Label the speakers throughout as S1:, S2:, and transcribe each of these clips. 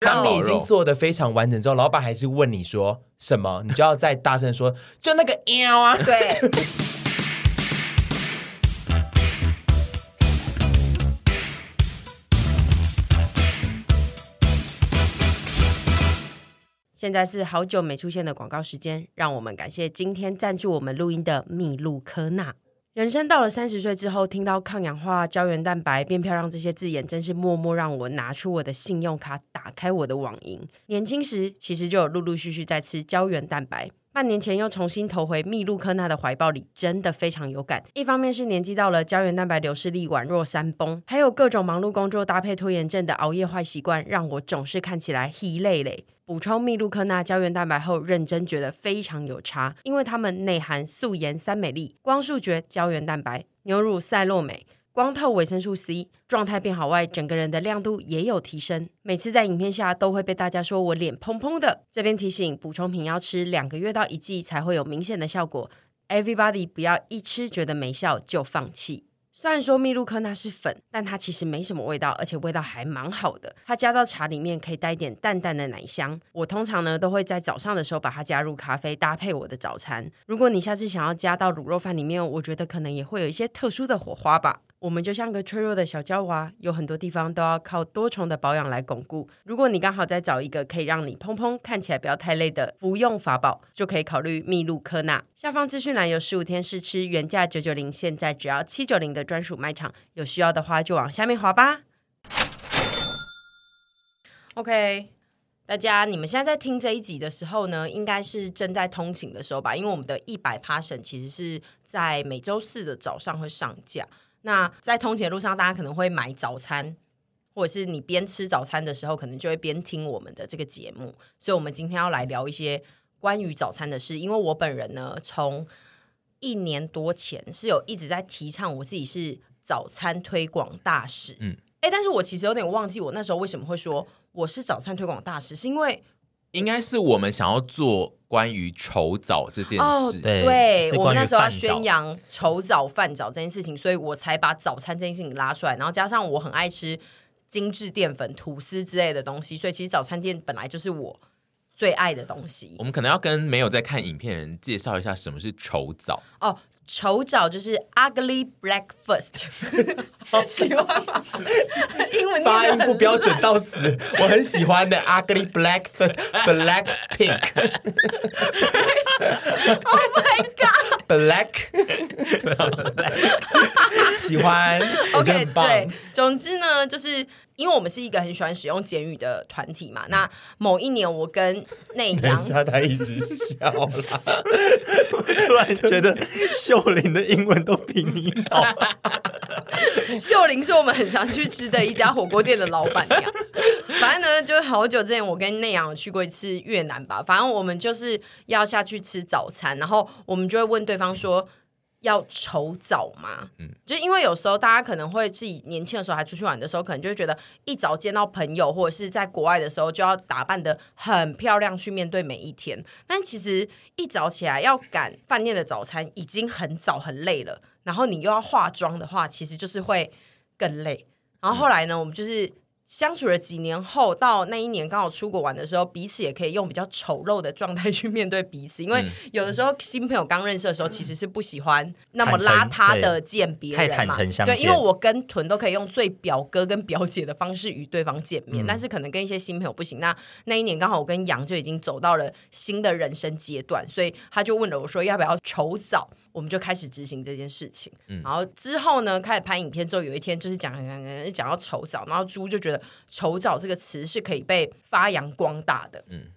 S1: 当你已
S2: 汉堡
S1: 经
S2: 肉
S1: 做的非常完整之后，老板还是问你说什么，你就要再大声说，就那个喵啊！
S3: 对，现在是好久没出现的广告时间，让我们感谢今天赞助我们录音的秘鲁科纳。人生到了三十岁之后，听到抗氧化、胶原蛋白、变漂亮这些字眼，真是默默让我拿出我的信用卡，打开我的网银。年轻时其实就有陆陆续续在吃胶原蛋白。半年前又重新投回密露科纳的怀抱里，真的非常有感。一方面是年纪到了，胶原蛋白流失力宛若山崩，还有各种忙碌工作搭配拖延症的熬夜坏习惯，让我总是看起来 疲累累。补充密露克钠胶原蛋白后，认真觉得非常有差，因为它们内含素颜三美丽、光束觉胶原蛋白、牛乳赛洛美、光透维生素 C，状态变好外，整个人的亮度也有提升。每次在影片下都会被大家说我脸蓬蓬的。这边提醒，补充品要吃两个月到一季才会有明显的效果。Everybody 不要一吃觉得没效就放弃。虽然说密露克那是粉，但它其实没什么味道，而且味道还蛮好的。它加到茶里面可以带一点淡淡的奶香。我通常呢都会在早上的时候把它加入咖啡，搭配我的早餐。如果你下次想要加到卤肉饭里面，我觉得可能也会有一些特殊的火花吧。我们就像个脆弱的小娇娃，有很多地方都要靠多重的保养来巩固。如果你刚好在找一个可以让你砰砰看起来不要太累的服用法宝，就可以考虑蜜露科纳。下方资讯栏有十五天试吃，原价九九零，现在只要七九零的专属卖场。有需要的话就往下面滑吧。OK，大家，你们现在在听这一集的时候呢，应该是正在通勤的时候吧？因为我们的一百 passion 其实是在每周四的早上会上架。那在通勤的路上，大家可能会买早餐，或者是你边吃早餐的时候，可能就会边听我们的这个节目。所以，我们今天要来聊一些关于早餐的事。因为我本人呢，从一年多前是有一直在提倡我自己是早餐推广大使。嗯
S1: 嗯，
S3: 哎、但是我其实有点忘记我那时候为什么会说我是早餐推广大使，是因为
S2: 应该是我们想要做关于筹早这件
S3: 哦，
S2: 事。
S1: 对是
S3: 我
S1: 关
S3: 们
S1: 于
S3: 那时候要
S1: 饭早
S3: 宣扬丑早饭早这件事情，所以我才把早餐这件事情拉出来，然后加上我很爱吃精致淀粉、吐司之类的东西，所以其实早餐店本来就是我最爱的东西
S2: 我。们可能要跟没有在看影片的人介绍一下什么是筹早。
S3: 哦，丑早就是 ugly breakfast，喜欢吗？英文念得
S1: 发音
S3: 很
S1: 不标
S3: 烂
S1: 准到死， 我很喜欢的 ugly black black pink
S3: Oh my god！
S1: black，喜欢，我觉得
S3: OK，
S1: 很棒。
S3: 对，总之呢，就是因为我们是一个很喜欢使用简语的团体嘛。那某一年，我跟内
S1: 等
S3: 阳
S1: 一，下，他一直笑啦，
S4: 突然觉得秀玲的英文都比你 好。
S3: 秀玲是我们很常去吃的一家火锅店的老板娘。反正呢，就是好久之前我跟内阳有去过一次越南吧。反正我们就是要下去吃早餐，然后我们就会问对方说。要愁早吗？嗯，就因为有时候大家可能会自己年轻的时候还出去玩的时候，可能就会觉得一早见到朋友或者是在国外的时候就要打扮的很漂亮去面对每一天。但其实一早起来要赶饭店的早餐已经很早很累了，然后你又要化妆的话，其实就是会更累。然后后来呢，我们就是相处了几年后，到那一年刚好出国玩的时候，彼此也可以用比较丑陋的状态去面对彼此，因为有的时候新朋友刚认识的时候，其实是不喜欢那么邋遢的见别人嘛，
S4: 太坦诚相
S3: 对，
S4: 见
S3: 因为我跟屯都可以用最表哥跟表姐的方式与对方见
S4: 嗯
S3: 面，但是可能跟一些新朋友不行。那那一年刚好我跟杨就已经走到了新的人生阶段，所以他就问了我说要不要筹早，我们就开始执行这件事情。
S4: 嗯
S3: 然后之后呢，开始拍影片之后，有一天就是讲讲讲讲讲到筹早，然后猪就觉得筹早这个词是可以被发扬光大的，嗯。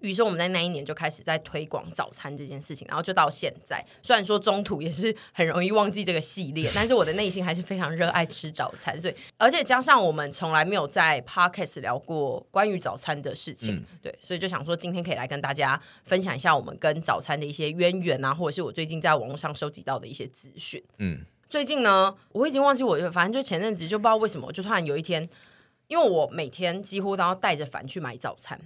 S3: 于是我们在那一年就开始在推广早餐这件事情，然后就到现在。虽然说中途也是很容易忘记这个系列，但是我的内心还是非常热爱吃早餐。所以，而且加上我们从来没有在 podcast 聊过关于早餐的事情，对，所以就想说今天可以来跟大家分享一下我们跟早餐的一些渊源啊，或者是我最近在网络上收集到的一些资讯。
S2: 嗯，
S3: 最近呢，我已经忘记我，反正就前阵子就不知道为什么，我就突然有一天，因为我每天几乎都要带着凡去买早餐，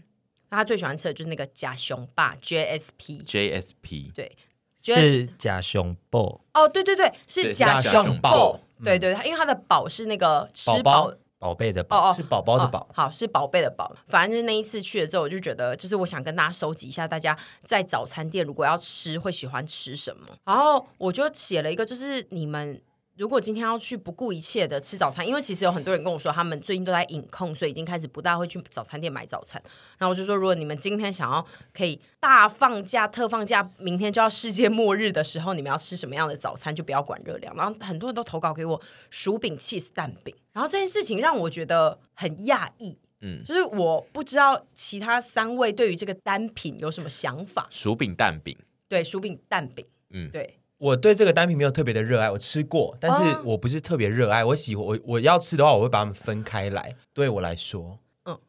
S3: 那他最喜欢吃的就是那个假熊霸 JSP，
S2: JSP
S3: 对，
S4: 是假熊 b
S3: 哦，对对对，是
S2: 对
S3: 假
S2: 假
S3: 熊
S2: 熊
S3: 抱
S2: 抱，
S3: 对对，因为它的宝是那个吃
S1: 宝
S3: 饱
S1: 宝宝贝的
S3: 哦
S1: 宝
S3: 哦
S1: 是宝宝的
S3: 哦
S1: 宝，
S3: 好是宝贝的宝。反正就是那一次去了之后，我就觉得，就是我想跟大家收集一下，大家在早餐店如果要吃，会喜欢吃什么。然后我就写了一个，就是你们。如果今天要去不顾一切的吃早餐，因为其实有很多人跟我说他们最近都在饮控，所以已经开始不大会去早餐店买早餐。然后我就说，如果你们今天想要可以大放假、特放假，明天就要世界末日的时候，你们要吃什么样的早餐，就不要管热量。然后很多人都投稿给我薯饼、cheese 蛋饼，然后这件事情让我觉得很讶异。嗯，就是我不知道其他三位对于这个单品有什么想法。
S2: 薯饼蛋饼，
S3: 对，薯饼蛋饼，嗯
S2: 嗯，
S3: 对，
S1: 我对这个单品没有特别的热爱，我吃过，但是
S3: 哦
S1: 我不是特别热爱。我喜欢我我要吃的话，我会把它们分开来。对我来说，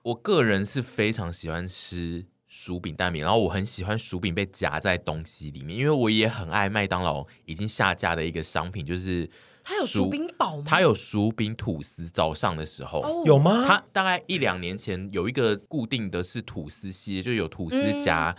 S2: 我个人是非常喜欢吃薯饼蛋饼，然后我很喜欢薯饼被夹在东西里面，因为我也很爱麦当劳已经下架的一个商品，就是
S3: 它有薯饼堡吗？
S2: 它有薯饼吐司，早上的时候。
S3: 哦
S1: 有吗？
S2: 它大概一两年前有一个固定的是吐司系列，就有吐司夹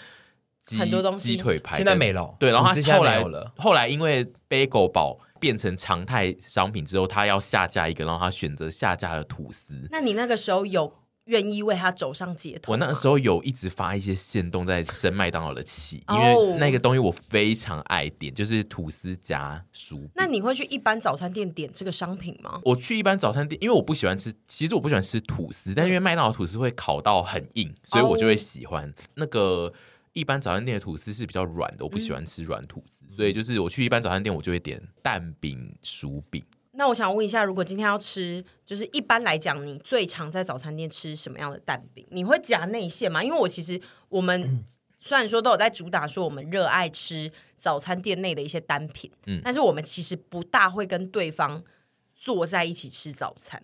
S2: 鸡、
S3: 嗯很多东西
S2: 鸡腿排
S1: 现
S2: 跟，
S1: 在没了，
S2: 对，然后
S1: 吐司
S2: 它
S1: 现在
S2: 后
S1: 没
S2: 来
S1: 有了。
S2: 后来因为 Bagel 堡变成常态商品之后，它要下架一个，然后它选择下架了吐司。
S3: 那你那个时候有愿意为它走上街头
S2: 我
S3: 吗？
S2: 那个时候有一直发一些限动在生麦当劳的气，
S3: 哦
S2: 因为那个东西我非常爱点，就是吐司夹薯饼。
S3: 那你会去一般早餐店点这个商品吗？
S2: 我去一般早餐店，因为我不喜欢吃，其实我不喜欢吃吐司，但因为麦当劳吐司会烤到很硬，所以我
S1: 哦
S2: 就会喜欢、那个。一般早餐店的吐司是比较软的，我不喜
S1: 嗯
S2: 欢吃软吐司，所以就是我去一般早餐店，我就会点蛋饼、薯饼。
S3: 那我想问一下，如果今天要吃，就是一般来讲，你最常在早餐店吃什么样的蛋饼？你会夹内馅吗？因为我其实我们虽然说都有在主打说我们热爱吃早餐店内的一些单品，嗯
S2: 嗯，
S3: 但是我们其实不大会跟对方坐在一起吃早餐。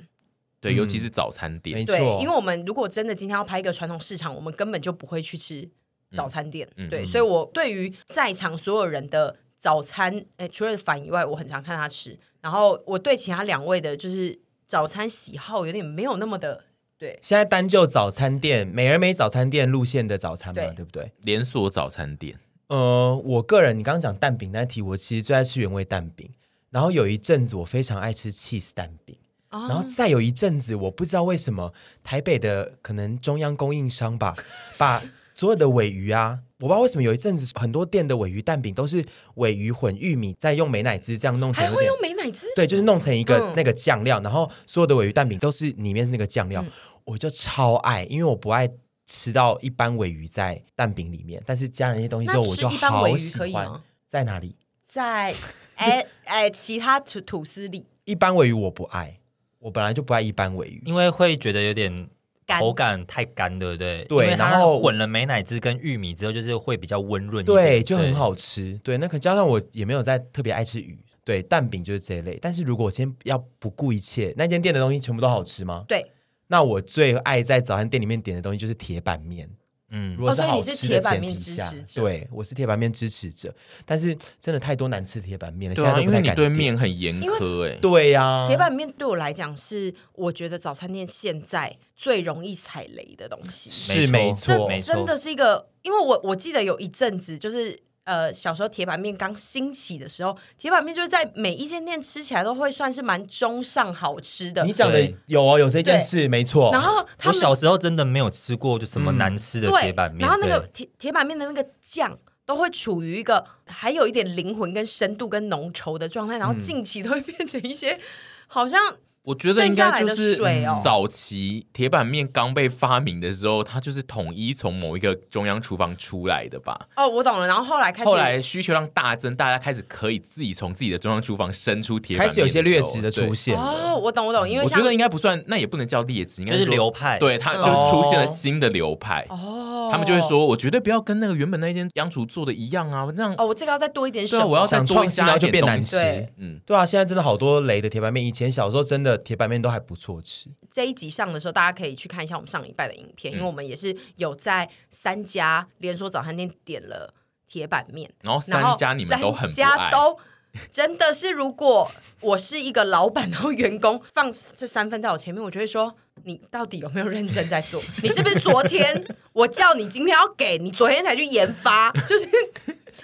S2: 对，尤其是早餐店
S1: 嗯没，
S3: 对，
S1: 错
S3: 因为我们如果真的今天要拍一个传统市场，我们根本就不会去吃早餐店。
S2: 嗯嗯
S3: 对，
S2: 嗯
S3: 所以我对于在场所有人的早餐，诶，除了饭以外，我很常看他吃。然后我对其他两位的就是早餐喜好有点没有那么的对。
S1: 现在单就早餐店，美而美早餐店路线的早餐嘛，
S3: 对
S1: 对不对？
S2: 连锁早餐店，
S1: 呃，我个人，你刚刚讲蛋饼那题，我其实最爱吃原味蛋饼。然后有一阵子我非常爱吃 cheese 蛋饼，
S3: 哦
S1: 然后再有一阵子我不知道为什么台北的可能中央供应商 吧，把所有的尾鱼啊，我不知道为什么有一阵子很多店的尾鱼蛋饼都是尾鱼混玉米，再用美乃滋这样弄成
S3: 还
S1: 有
S3: 会
S1: 点
S3: 用美乃滋，
S1: 对，就是弄成一
S3: 嗯
S1: 个那个酱料，然后所有的尾鱼蛋饼都是里面是那个酱料，
S3: 嗯
S1: 我就超爱，因为我不爱吃到一般尾鱼在蛋饼里面，但是加了那些东西之
S3: 那
S1: 后，我
S3: 吃
S1: 就
S3: 一般
S1: 好
S3: 尾鱼可
S1: 喜
S3: 以
S1: 欢
S3: 吗。？
S1: 在哪里？
S3: 在哎哎，其他吐吐司里
S1: 一般尾鱼我不爱，我本来就不爱一般尾鱼。
S5: 因为会觉得有点
S3: 干
S5: 口感太干，对不对？
S1: 对
S5: 因为它
S1: 然后
S5: 混了美乃滋跟玉米之后，就是会比较温润一点，
S1: 对，就很。好吃。对，那可加上我也没有在特别爱吃鱼，对，蛋饼就是这一类。但是如果我今天要不顾一切，那间店的东西全部都好吃吗？
S3: 对，
S1: 那我最爱在早餐店里面点的东西就是铁板面。
S5: 嗯
S1: 如，果是
S3: 哦所以
S1: 好
S3: 你是
S1: 吃
S3: 铁
S1: 的
S3: 板
S1: 前
S3: 面
S1: 提
S3: 支
S1: 下
S3: 持，者
S1: 对，我是铁板面支持者，但是真的太多难吃的铁板面了，
S2: 对
S1: 现
S2: 啊，
S1: 在都
S2: 因
S1: 不
S2: 为
S1: 太
S2: 你
S1: 敢
S2: 对
S1: 点
S2: 面很严苛哎、
S1: 对呀、
S3: 铁板面对我来讲是我觉得早餐店现在最容易踩雷的东西。
S1: 是
S5: 没
S1: 没
S5: 错
S1: 错，
S5: 没错
S3: 真的是一个，因为我我记得有一阵子就是。呃，小时候铁板面刚兴起的时候，铁板面就是在每一间店吃起来都会算是蛮中上好吃的
S1: 你。讲的
S5: 对
S1: 有哦，有这件
S3: 对
S1: 事没错。
S3: 然后他
S5: 我
S3: 们
S5: 小时候真的没有吃过
S1: 嗯
S5: 就什么难吃的
S3: 对，
S5: 铁板面，
S3: 然后那个
S5: 对
S3: 铁铁板面的那个酱都会处于一个还有一点灵魂跟深度跟浓稠的状态，然后近期都会变成一些好像
S2: 我觉得应该就
S3: 剩
S2: 是
S3: 下来
S2: 嗯
S3: 的水哦
S2: 早期铁板面刚被发明的时候，它就是统一从某一个中央厨房出来的吧。
S3: 哦，我懂了。然后后来开始
S2: 后来需求量大增，大家开始可以自己从自己的中央厨房生出铁板
S1: 开
S2: 面
S1: 始有一些
S2: 时
S1: 劣
S2: 候
S1: 质的
S2: 对
S1: 出现了，
S3: 哦，我懂我懂，因为
S2: 我
S3: 像
S2: 觉得应该不算，那也不能叫劣质，应该
S5: 就是
S2: 说
S5: 流派，
S2: 对，它就是出
S1: 哦
S2: 现了新的流派。
S3: 嗯哦，
S2: 他们就会说，我绝对不要跟那个原本那间央厨做的一样啊，那样
S3: 哦，我这哦个要再多一点什
S2: 对
S3: 么？
S2: 啊，我要再
S1: 想
S2: 多
S1: 创新，然
S2: 加
S1: 后
S2: 一
S1: 就
S2: 点
S1: 变难
S2: 东西。
S3: 对
S1: 吃。
S2: 嗯，
S1: 对啊，现在真的好多雷的铁板面，以前小时候真的铁板面都还不错吃。
S3: 这一集上的时候，大家可以去看一下我们上礼拜的影
S2: 嗯
S3: 片，因为我们也是有在三家连锁早餐店点了铁板面，
S2: 然后
S3: 然后
S2: 哦三家你们都很
S3: 三
S2: 不
S3: 家，
S2: 爱
S3: 都真的是，如果我是一个老板，然后员工放这三份在我前面，我就会说。你到底有没有认真在做？ 你是不是昨天我叫你今天要给你，昨天才去研发？ 就是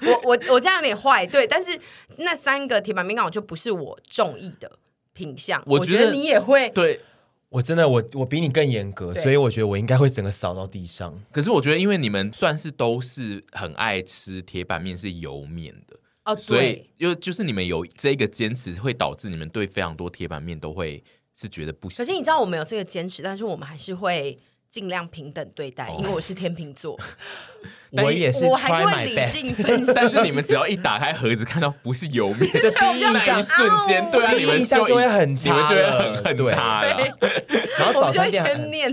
S3: 我我我这样有点坏，对。但是那三个铁板面刚好就不是我中意的品相，
S2: 我
S3: 觉
S2: 觉得
S3: 你也会
S2: 对
S1: 我真的我我比你更严格，
S6: 对
S1: 所以我觉得我应该会整个扫到地上。
S2: 可是我觉得，因为你们算是都是很爱吃铁板面，是油面的，
S6: 哦，
S2: 所
S6: 对
S2: 以，又就是你们有这个坚持，会导致你们对非常多铁板面都会是觉得不
S3: 可
S2: 行。
S3: 是你知道我们有这个坚持，但是我们还是会尽量平等对待，
S2: 哦
S3: 因为我是天秤座，
S2: 但
S1: 我 也是
S3: 我还
S1: try
S3: 是会
S1: my
S3: 理
S1: best，
S3: 性 分析。
S2: 但是你们只要一打开盒子，看到不是油面，
S1: 就第一印
S2: 那一
S1: 象，
S2: 瞬间，对啊，
S1: 第
S2: 你们
S1: 一印象
S2: 就
S1: 就会很
S2: 你们
S1: 差
S2: 就会
S1: 了，
S2: 很恨
S1: 对。
S2: 他了。
S1: 然后 早
S3: 我们就
S1: 餐
S3: 会
S1: 店还，
S3: 先念，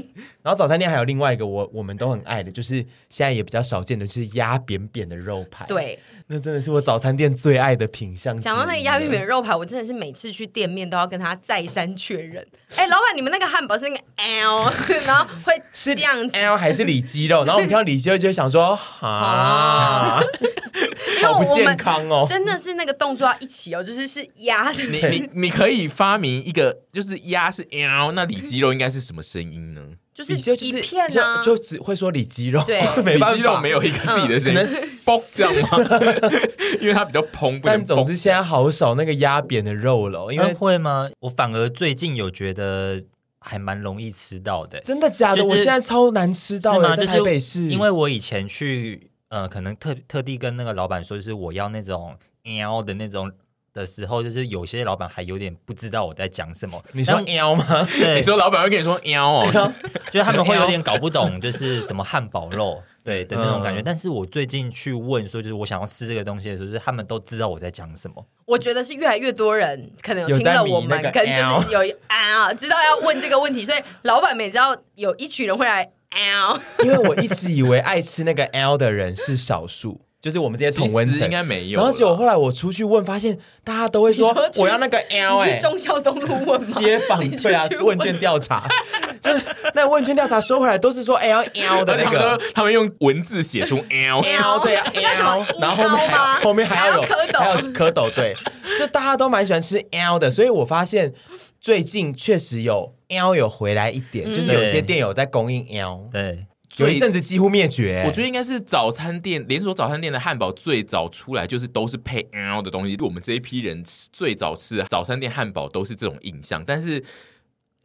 S1: 然后早餐店还有另外一个我我们都很爱的，就是现在也比较少见的，就是压扁扁的肉排。，
S3: 对，
S1: 那真的是我早餐店最爱的品相之一。
S3: 讲到那个鸭片饼肉排，我真的是每次去店面都要跟他再三确认。哎、老板，你们那个汉堡是那个 L，然后会
S1: 是
S3: 这样子，
S1: L 还是里脊肉？然后我们看到里脊肉就会想说，啊，
S3: 哦因为
S1: 好不
S3: 我
S1: 健
S3: 们
S1: 康哦。
S3: 真的是那个动作要一起哦，就是是压的。
S2: 你你你可以发明一个，就是鸭是喵，那里肌肉应该是什么声音呢？
S3: 就是
S1: 里脊肉就
S3: 一
S1: 是
S3: 片啊，
S1: 就就只会说里脊肉，
S3: 对
S1: 没办
S2: 里肌肉
S1: 法
S2: 没。有一个自己的声
S1: 嗯
S2: 音，嘣这样吗？ 因为它比较蓬，不
S1: 但
S2: 能嗯
S1: 总之
S2: 嘣。
S1: 现在好少那个压扁的肉了，哦因
S5: 因为
S1: 为
S5: 嗯会吗？我反而最近有觉得还蛮容易吃到的、
S1: 真的假的？
S5: 就是
S1: 我现在超难吃到
S5: 是吗？
S1: 了，在
S5: 就是
S1: 台北市，
S5: 因为我以前去呃，可能特特地跟那个老板说，就是我要那种 L 的那种的时候，就是有些老板还有点不知道我在讲什么。
S1: 你说
S5: 但
S1: L 吗？
S5: 对，
S2: 你说老板会跟你说 喵哦，
S5: 就是他们会有点搞不懂，就是什么汉堡肉 对的那种感觉。
S1: 嗯
S5: 但是我最近去问说，就是我想要吃这个东西的时候，就是他们都知道我在讲什么。
S3: 我觉得是越来越多人可能
S1: 有
S3: 有听了
S1: 在迷
S3: 我们
S1: 那个
S3: 跟就
S1: L
S3: 是有啊，知道要问这个问题，所以老板每次要有一群人会来啊，
S1: 因为我一直以为爱吃那个 L 的人是少数，就是我们这些同温
S2: 其实
S1: 层
S2: 应。该没有啦。
S1: 然后结果后来我出去问，发现大家都会说
S3: 你说去
S1: 我要那个 L
S3: 你
S1: 哎、
S3: 去中孝东路问吗？
S1: 街访
S3: 你去
S1: 对啊
S3: 去，
S1: 问卷调查， 就是那问卷调查说回来都是说 L L 的
S2: 而
S1: 那
S2: 且他们
S1: 个
S2: 都他们用文字写出喵，
S1: L 对啊 L，然后后面 还有后面还要有
S3: 还要蝌蚪
S1: 还有蝌蚪，对，就大家都蛮喜欢吃 L 的，所以我发现最近确实有 L 有回来一点，就是有些店有在供应 L，
S5: 对，
S1: 有一阵子几乎灭绝、
S2: 我觉得应该是早餐店连锁早餐店的汉堡最早出来就是都是配 L 的东西，我们这一批人吃最早吃的早餐店汉堡都是这种印象，但是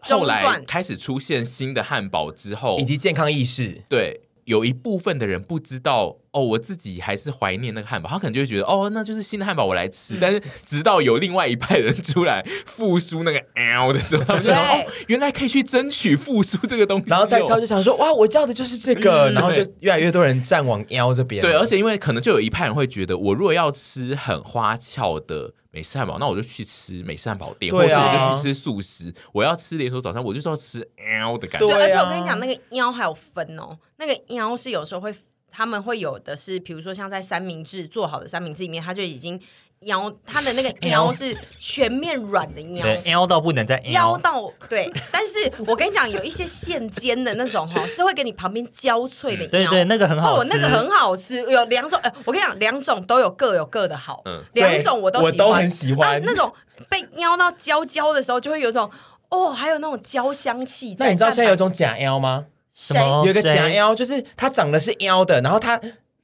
S2: 后
S3: 中
S2: 来
S3: 段
S2: 开始出现新的汉堡之后
S1: 以，及健康意识。
S2: 对。有一部分的人不知道哦，我自己还是怀念那个汉堡，他可能就会觉得哦，那就是新的汉堡，我来吃。
S3: 嗯
S2: 但是直到有另外一派人出来复苏那个 L 的时候，他们就想
S3: 对
S2: 哦，原来可以去争取复苏这个东西、哦。
S1: 然后再超就想说，哇，我叫的就是这个，然后就越来越多人站往 L 这边。
S2: 对，而且因为可能就有一派人会觉得，我如果要吃很花俏的美式汉堡，那我就去吃美式汉堡店，或
S1: 对
S2: 者
S1: 啊
S2: 我就去吃素食。我要吃连锁早餐，我就是要吃 L 的感觉
S1: 对。
S3: 对，
S1: 啊
S3: 而且我跟你讲，那个腰还有分哦，那个腰是有时候会，他们会有的是，比如说像在三明治做好的三明治里面，它就已经腰，它的 那个腰是全面软的腰。
S5: 对 L 到不能再
S3: 腰
S5: L，
S3: 到对，但是我跟你讲，有一些现煎的那种哈，是会给你旁边焦脆
S1: 嗯
S3: 的腰，
S5: 对对，那个很好
S3: 哦
S5: 吃，，
S3: 那个很好吃，有两种，呃，我跟你讲，两种都有各有各的好，
S2: 嗯
S3: 两种我都喜
S1: 我
S3: 欢，
S1: 都很喜欢
S3: 啊那种被邀到焦焦的时候，就会有一种哦，还有那种焦香气在。
S1: 那你知道现在有一
S3: 种
S1: 种假 L 吗？
S5: 什
S3: 谁？
S5: 么
S1: 有一个
S5: 哦谁
S1: 假 L，就是它长的是 L 的，然后它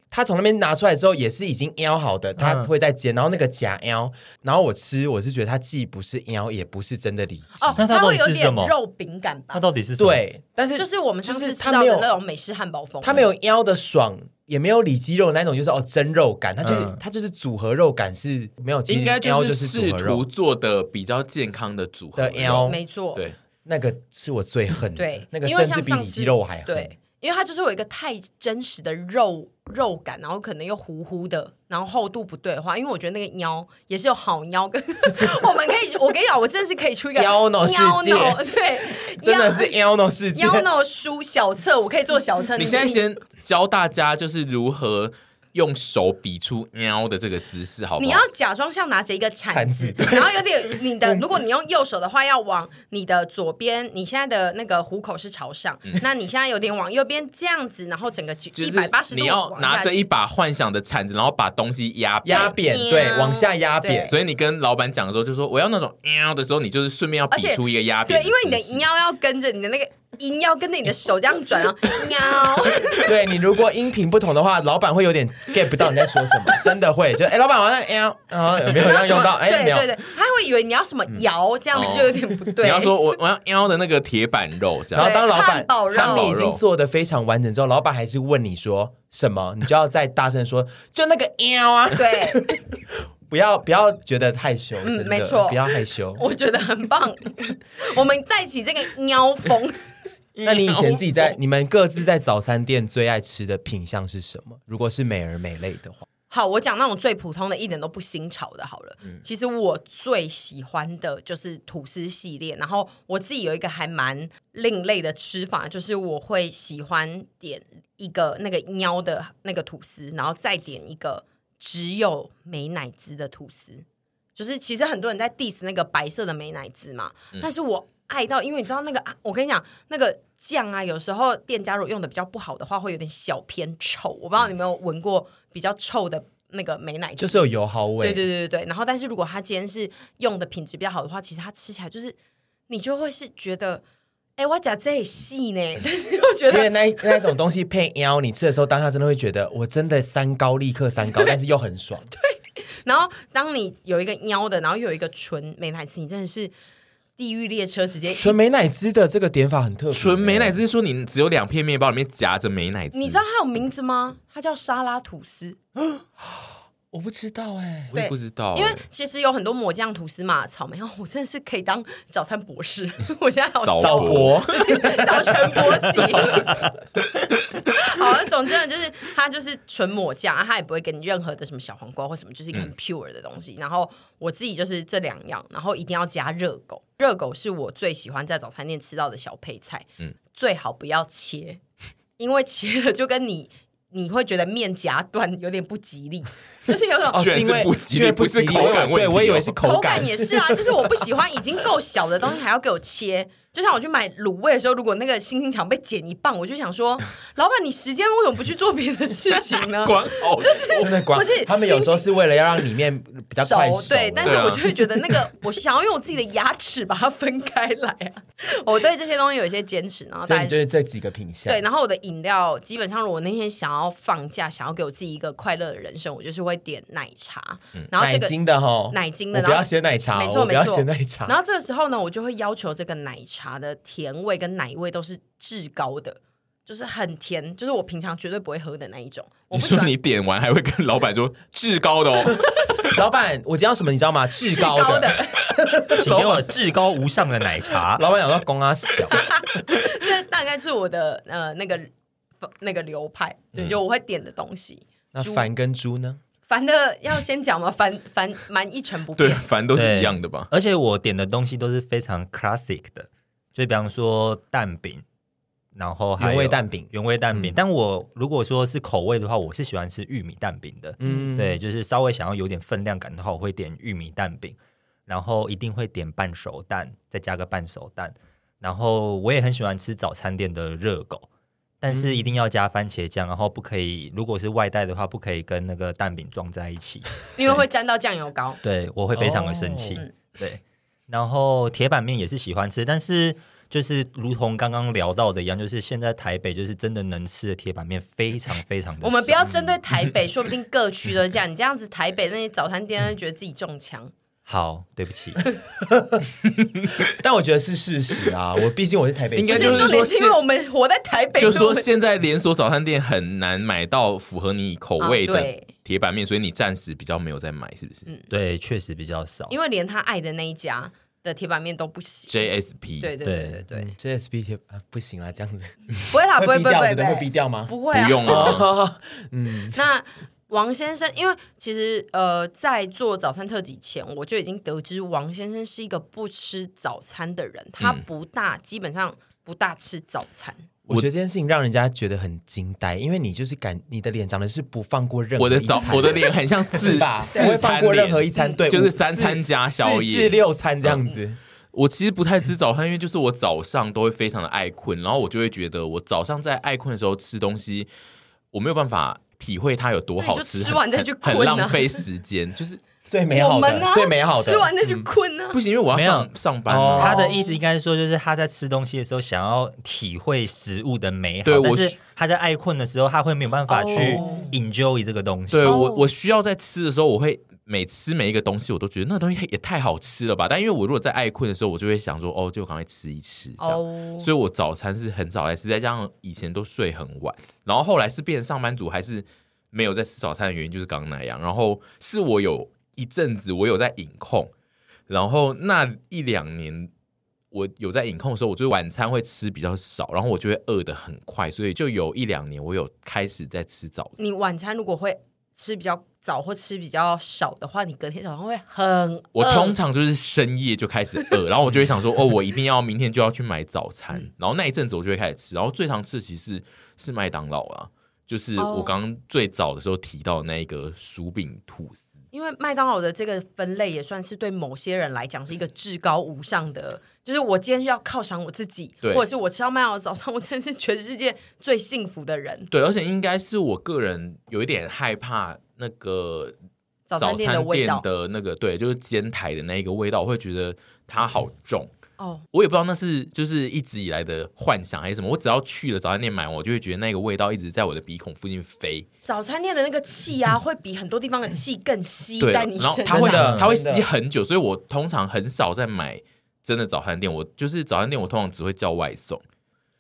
S1: 它从那边拿出来之后也是已经 L 好的，它
S5: 嗯
S1: 会再煎。然后那个假 L，然后我吃，我是觉得它既不是 L，也不是真的里脊。
S3: 哦，
S5: 那它
S3: 它
S5: 到
S3: 会
S5: 底
S3: 有
S5: 是
S3: 点
S5: 什么
S3: 肉饼感吧
S5: 它？到底是什么？
S1: 对，但是
S3: 就是我们上
S1: 就
S3: 次
S1: 是
S3: 吃
S1: 它
S3: 到
S1: 没有
S3: 的那种美式汉堡风，
S1: 它没有 L 的爽。也没有里脊肉那种，就是哦真肉感，它就是、
S5: 嗯
S1: 它就是组合肉感是没有，其实
S2: 应该
S1: L
S2: 就
S1: 就是组
S2: 试
S1: 合
S2: 图
S1: 肉
S2: 做的比较健康的组合
S1: 的 L，嗯
S3: 没错，
S2: 对，
S1: 那个是我最恨的，
S3: 对
S1: 那个
S3: 因为
S1: 甚
S3: 像
S1: 至比
S3: 上
S1: 里
S3: 次
S1: 脊肉我还恨。
S3: 对，因为它就是有一个太真实的肉肉感，然后可能又糊糊的，然后厚度不对的话，因为我觉得那个腰也是有好 腰跟，我们可以，我跟你讲，我真的是可以出一个
S1: 腰脑世
S3: 腰
S1: 界
S3: 脑对，
S1: 真的是 L 那世界，
S3: 腰腰脑书小册，我可以做小册。
S2: 你现在先教大家就是如何用手比出 L 的这个姿势，好不好？
S3: 你要假装像拿着一个铲子，
S1: 铲
S3: 然后有点你的，如果你用右手的话，要往你的左边，你现在的那个虎口是朝上，
S1: 嗯
S3: 那你现在有点往右边这样子，然后整个
S2: 就
S3: 一
S2: 是
S3: 百八十度
S2: 你要
S3: 往
S2: 拿
S3: 下
S2: 着一把幻想的铲子，然后把东西压扁。
S1: 压扁，
S3: 对
S1: 对，往下压扁
S3: 对，
S2: 所以你跟老板讲的时候，就说我要那种 L 的时候，你就是顺便要
S3: 而
S2: 比
S3: 且
S2: 出一个压扁
S3: 对，
S2: 姿
S3: 因为你
S2: 势。
S3: 的腰要跟着你的那个音要跟着你的手这样转啊，腰，
S1: 对你如果音频不同的话，老板会有点 get 不到你在说什么，真的会就哎，老板好像哎呀，啊有没有
S3: 你
S1: 要
S3: 要什
S1: 用到？
S3: 么？
S1: 哎，
S3: 对
S1: 没有
S3: 对。对，他会以为你要什么摇，这样子就有点不对。
S2: 你要说我我要腰的那个铁板肉这
S1: 然
S2: 样
S1: 后，当老板
S3: 汉堡肉
S1: 当你已经做的非常完整之后，老板还是问你说什么，你就要再大声说，就那个 喵啊，
S3: 对，
S1: 不要不要觉得害羞，
S3: 嗯
S1: 真的
S3: 没错
S1: 不要害羞。
S3: 我觉得很棒。我们带起这个喵风，
S1: 那你以前自己在你们各自在早餐店最爱吃的品相是什么？如果是美而美类的话，
S3: 好，我讲那种最普通的，一点都不新潮的，好了。其实我最喜欢的就是吐司系列，然后我自己有一个还蛮另类的吃法，就是我会喜欢点一个那个喵的那个吐司，然后再点一个只有美乃滋的吐司。就是其实很多人在 diss 那个白色的美乃滋嘛，
S1: 嗯
S3: 但是我爱到，因为你知道那个，啊我跟你讲，那个酱啊，有时候店家如果用的比较不好的话，会有点小偏臭。我不知道你有没有闻过比较臭的那个美乃滋，
S1: 就是有油耗味。
S3: 对对对对对。然后，但是如果它今天是用的品质比较好的话，其实它吃起来就是你就会是觉得，哎、我讲这细呢， 但是又觉
S1: 因为
S3: 得
S1: 那那种东西配腰，你吃的时候当下真的会觉得，我真的三高立刻三高，但是又很爽。
S3: 然后当你有一个喵的，然后又有一个纯美乃滋，你真的是地狱列车直接一
S1: 纯美乃滋的这个点法很特别，
S2: 纯美乃滋说你只有两片面包里面夹着美乃滋，
S3: 你知道它有名字吗？它叫沙拉吐司，
S1: 我不知道哎、
S2: 我也不知道欸，
S3: 因为其实有很多抹酱吐司嘛，草莓。哦我真的是可以当早餐博士， 我现在好
S2: 早
S1: 早
S3: 早
S1: 博，
S3: 早晨博士。好，那总之呢，就是它就是纯抹酱，它也不会给你任何的什么小黄瓜或什么，就是一个很 pure 的东西。然后我自己就是这两样，然后一定要加热狗，热狗是我最喜欢在早餐店吃到的小配菜。
S2: 嗯
S3: 嗯，最好不要切，因为切了就跟你。你会觉得面夹断有点不吉利，就是有种
S1: 哦，
S2: 居然
S1: 是
S2: 是
S1: 因为
S2: 不吉利
S1: 因为不
S2: 不是
S1: 吉利
S2: 口感问
S1: 对
S2: 题
S1: 我以为
S2: 哦？
S1: 是
S3: 口
S1: 感
S3: 也 是啊，就是我不喜欢已经够小的东西还要给我切。就像我去买卤味的时候，如果那个星星肠被剪一半，我就想 说，老板，你时间为什么不去做别的事情呢
S2: 管好
S1: 真的光
S3: 不是
S1: 他们有时候
S3: 星
S1: 是为了要让里面比较快熟
S3: 对，但是
S2: 对啊
S3: 我就会觉得那个，我想要用我自己的牙齿把它分开来 啊。我对这些东西有一些坚持，然后
S1: 所以
S3: 大
S1: 你
S3: 家
S1: 就是这几个品相。
S3: 对，然后我的饮料基本上，如果那天想要放假，想要给我自己一个快乐的人生，我就是会点奶茶，然后
S1: 嗯奶
S3: 这个
S1: 精的哈，
S3: 奶精
S1: 我
S3: 的，
S1: 不
S3: 然
S1: 要
S3: 后
S1: 写奶茶哦，
S3: 没错
S1: 我不要
S3: 没错
S1: 写奶
S2: 啊
S1: 茶。
S3: 然后这个时候呢，我就会要求这个奶茶的甜味跟奶味都是至高的，就是很甜，就是我平常绝对不会喝的那一种。我
S2: 你
S3: 不喜
S2: 说
S3: 欢
S2: 你点完还会跟老板说至高 的哦，
S1: 老板，我今天要什么你知道吗？至
S3: 至
S1: 高的。
S3: 高的，
S5: 请给我至高无上的 奶茶。
S1: 老板想到公阿 小，
S3: 这大概是我的呃那个那个流派，
S2: 嗯
S3: 对，就我会点的东西。
S1: 那
S3: 猪
S1: 凡跟猪呢？
S3: 烦的要先讲吗？烦 烦蛮一成不
S2: 对，啊
S3: 变，
S2: 反正都是
S5: 对
S2: 一样的吧？
S5: 而且我点的东西都是非常 classic 的，就比方说蛋饼，然后还有
S1: 原味蛋饼，
S5: 原味蛋饼。
S1: 嗯
S5: 但我如果说是口味的话，我是喜欢吃玉米蛋饼的。
S1: 嗯，
S5: 对，就是稍微想要有点分量感的话，我会点玉米蛋饼，然后一定会点半熟蛋，再加个半熟蛋。然后我也很喜欢吃早餐店的热狗，但
S1: 嗯
S5: 是一定要加番茄酱，然后不可以，如果是外带的话，不可以跟那个蛋饼撞在一起。
S3: 因为会沾到酱油 膏。
S5: 对我会非常的生气。
S3: 哦嗯
S5: 对，然后铁板面也是喜欢吃，但是就是如同刚刚聊到的一样，就是现在台北就是真的能吃的铁板面非常非常的 少。
S3: 我们不要针对台北，说不定各区都这样。你这样子，台北那些早餐店
S2: 嗯
S3: 都觉得自己中枪。
S5: 好，对不 起，
S1: 但我觉得是事实啊。我毕竟我是台北人，
S2: 应该
S3: 不
S2: 就是是
S3: 重
S2: 说
S3: 点是因为
S2: 现
S3: 我们活在台北，
S2: 就是
S3: 所以我
S2: 说
S3: 们
S2: 现在连锁早餐店很难买到符合你口味
S3: 啊
S2: 的
S3: 对嗯
S2: 铁板面，所以你暂时比较没有在买，是不是
S5: 对，确实比较少。哦
S3: 因为连他爱的那一家的铁板面都不行。
S2: ？JSP
S3: 对对对对对，
S1: JSP 贴啊不行啦，这样子
S3: 不会啦，啊不会
S1: 会
S3: 不
S1: 逼掉对
S3: 会
S1: 不
S3: 不
S1: 对？会逼
S3: 会，
S1: 掉吗？
S3: 不会啊
S2: 不用啊，
S3: 那王先生，因为其实呃，在做早餐特辑前，我就已经得知王先生是一个不吃早餐的
S1: 嗯
S3: 人，他不大、基本上不大吃早餐。
S1: 我觉得这件事情让人家觉得很惊呆，因为你就是感你的脸长得是不放过任何
S2: 我的
S1: 一
S2: 早
S1: 餐
S2: 我的脸很 像
S1: 是
S2: 四
S1: 吧？
S2: 四
S1: 不会放
S2: 餐
S1: 过任何
S2: 脸。
S1: 一餐，对，
S2: 就是
S1: 五
S2: 三餐加宵夜嗯
S1: 四至六餐这样子。
S2: 我其实不太吃早餐，因为就是我早上都会非常的爱困，然后我就会觉得我早上在爱困的时候吃东西，我没有办法体会它有多好
S3: 那你就
S2: 很
S3: 吃完再去困
S2: 很
S3: 啊
S2: 很浪费时间。就是
S1: 最美好
S3: 我们呢
S1: 的，最美好的。
S3: 吃完再去困啊。
S2: 不行，因为我要
S5: 没有
S2: 上上班
S1: 哦
S2: 啊。
S5: 他的意思应该是说，就是他在吃东西的时候想要体会食物的美好
S2: 对，
S5: 但
S2: 我
S5: 是
S2: 是
S5: 他在爱困的时候，他会没有办法去
S3: 哦
S5: enjoy 这个东西。
S2: 对
S3: 哦
S2: 我，我需要在吃的时候，我会每吃每一个东西，我都觉得那个东西也太好吃了吧。但因为我如果在爱困的时候，我就会想说，哦，就赶快吃一吃这样。
S1: 嗯
S3: 哦，
S1: 啊
S2: 所以我早餐是很早来吃，再加上以前都睡很晚，然后后来是变成上班族，还是没有在吃早餐的原因就是刚刚那样。然后是我有一阵子我有在饮控，然后那一两年我有在饮控的时候，我就是晚餐会吃比较少，然后我就会饿得很快，所以就有一两年我有开始在吃早餐。
S3: 你晚餐如果会吃比较早或吃比较少的话，你隔天早上会很饿
S2: 我通常就是深夜就开始 饿，然后我就会想说，哦，我一定要明天就要去买早餐。
S3: 嗯
S2: 然后那一阵子我就会开始吃，然后最常吃的其实是是麦当劳啊，就是
S3: 哦
S2: 我刚刚最早的时候提到的那一个薯饼吐司。
S3: 因为麦当劳的这个分类也算是对某些人来讲是一个至高无上的，就是我今天要犒赏我自己，
S2: 对
S3: 或者是我吃到麦当劳早上，我真的是全世界最幸福的人。
S2: 对，而且应该是我个人有一点害怕那个
S3: 早
S2: 早
S3: 餐店的
S2: 餐
S3: 味
S2: 店
S3: 道
S2: 的那个，对，就是煎台的那一个味道，我会觉得它好重。
S3: 哦，
S2: 我也不知道那是就是一直以来的幻想还是什么，我只要去了早餐店买完，我就会觉得那个味道一直在我的鼻孔附近飞。
S3: 早餐店的那个气啊，会比很多地方的气更吸
S2: 对，
S3: 在你
S2: 然后
S3: 身
S2: 它
S3: 上。
S2: 会
S1: 真的
S2: 它会
S1: 真的
S2: 吸很久，所以我通常很少在买真的早餐店，我就是早餐店我通常只会叫外送。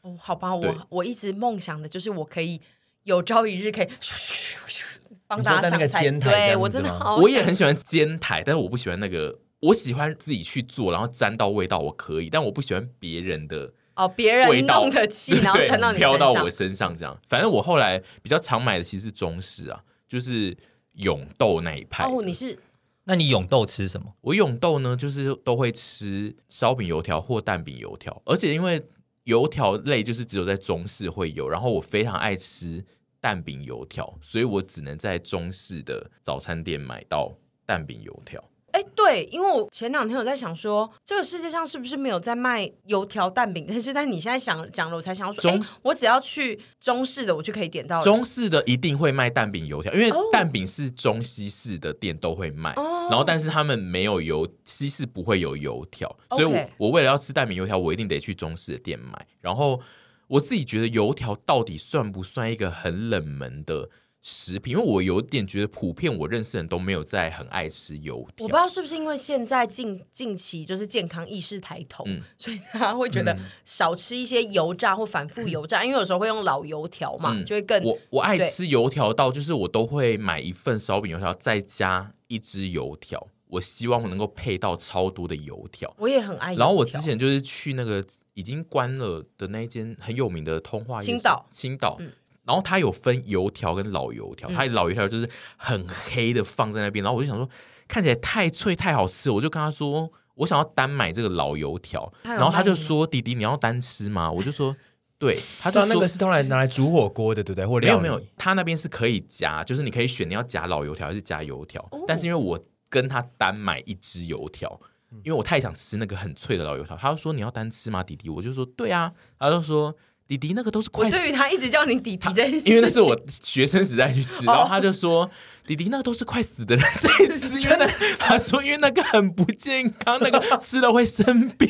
S3: 哦，好吧，
S2: 对
S3: 我我一直梦想的就是我可以有朝一日可以咻咻咻咻帮大家
S1: 你说在那个
S3: 上菜。
S1: 煎台这样
S3: 对
S1: 子
S3: 我真的
S1: 吗
S3: 好，
S2: 我也很喜欢煎台，但是我不喜欢那个，我喜欢自己去做，然后沾到味道我可以，但我不喜欢别人的
S3: 哦，别人
S2: 味道
S3: 弄的气，然后
S2: 对
S3: 传到你
S2: 飘
S3: 身
S2: 到
S3: 上
S2: 我。身上这样。反正我后来比较常买的其实是中式啊，就是永豆那一派的。
S3: 哦，你是
S5: 那你永豆吃什么？
S2: 我永豆呢，就是都会吃烧饼油条或蛋饼油条，而且因为油条类就是只有在中式会有，然后我非常爱吃蛋饼油条，所以我只能在中式的早餐店买到蛋饼油条。
S3: 哎，对，因为我前两天有在想说，这个世界上是不是没有在卖油条蛋饼？但是，但你现在想讲了，我才想到说，哎
S2: 中式，
S3: 我只要去中式的，我就可以点到了
S2: 中式的一定会卖蛋饼油条，因为
S3: 哦
S2: 蛋饼是中西式的店都会卖，
S3: 哦
S2: 然后但是他们没有油，西式不会有油条，所
S3: OK
S2: 以我我为了要吃蛋饼油条，我一定得去中式的店买。然后我自己觉得油条到底算不算一个很冷门的食品？因为我有点觉得普遍我认识的人都没有在很爱吃油
S3: 我
S2: 条
S3: 不知。道是不是因为现在近近期就是健康意识抬头，
S2: 嗯
S3: 所以大家会觉得少吃一些油炸或反复油炸，因为有时候会用老油条嘛，
S2: 嗯
S3: 就会更
S2: 我我爱
S3: 对
S2: 吃油条到，就是我都会买一份烧饼油条，再加一支油条。我希望我能够配到超多的油条。
S3: 我也很爱油条。
S2: 然后我之前就是去那个已经关了的那一间很有名的通化夜市
S3: 青岛，嗯
S2: 青岛。然后它有分油条跟老油条，它老油条就是很黑的放在那边，然后我就想说看起来太脆太好吃了，我就跟他说我想要单买这个老油条，
S3: 他有
S2: 然后他
S3: 卖
S2: 就
S3: 吗
S2: 说弟弟你要单吃吗？我就说对，他就
S1: 对啊
S2: 说，
S1: 那个是通常拿来煮火锅的，对不对？或
S2: 没有
S1: 料
S2: 没有
S1: 理，
S2: 他那边是可以夹，就是你可以选你要夹老油条还是夹油条，但是因为我跟他单买一支油条，
S1: 嗯
S2: 因为我太想吃那个很脆的老油条，他就说你要单吃吗，弟弟？我就说对啊，他就说弟弟那个都是
S3: 我
S2: 快死，
S3: 对于他一直叫你弟弟这件事 情，
S2: 因为那是我学生时代去吃，然后他就说。弟弟，那个都是快死的人在吃，因为那他说，因为那个很不健康，那个吃了会生病。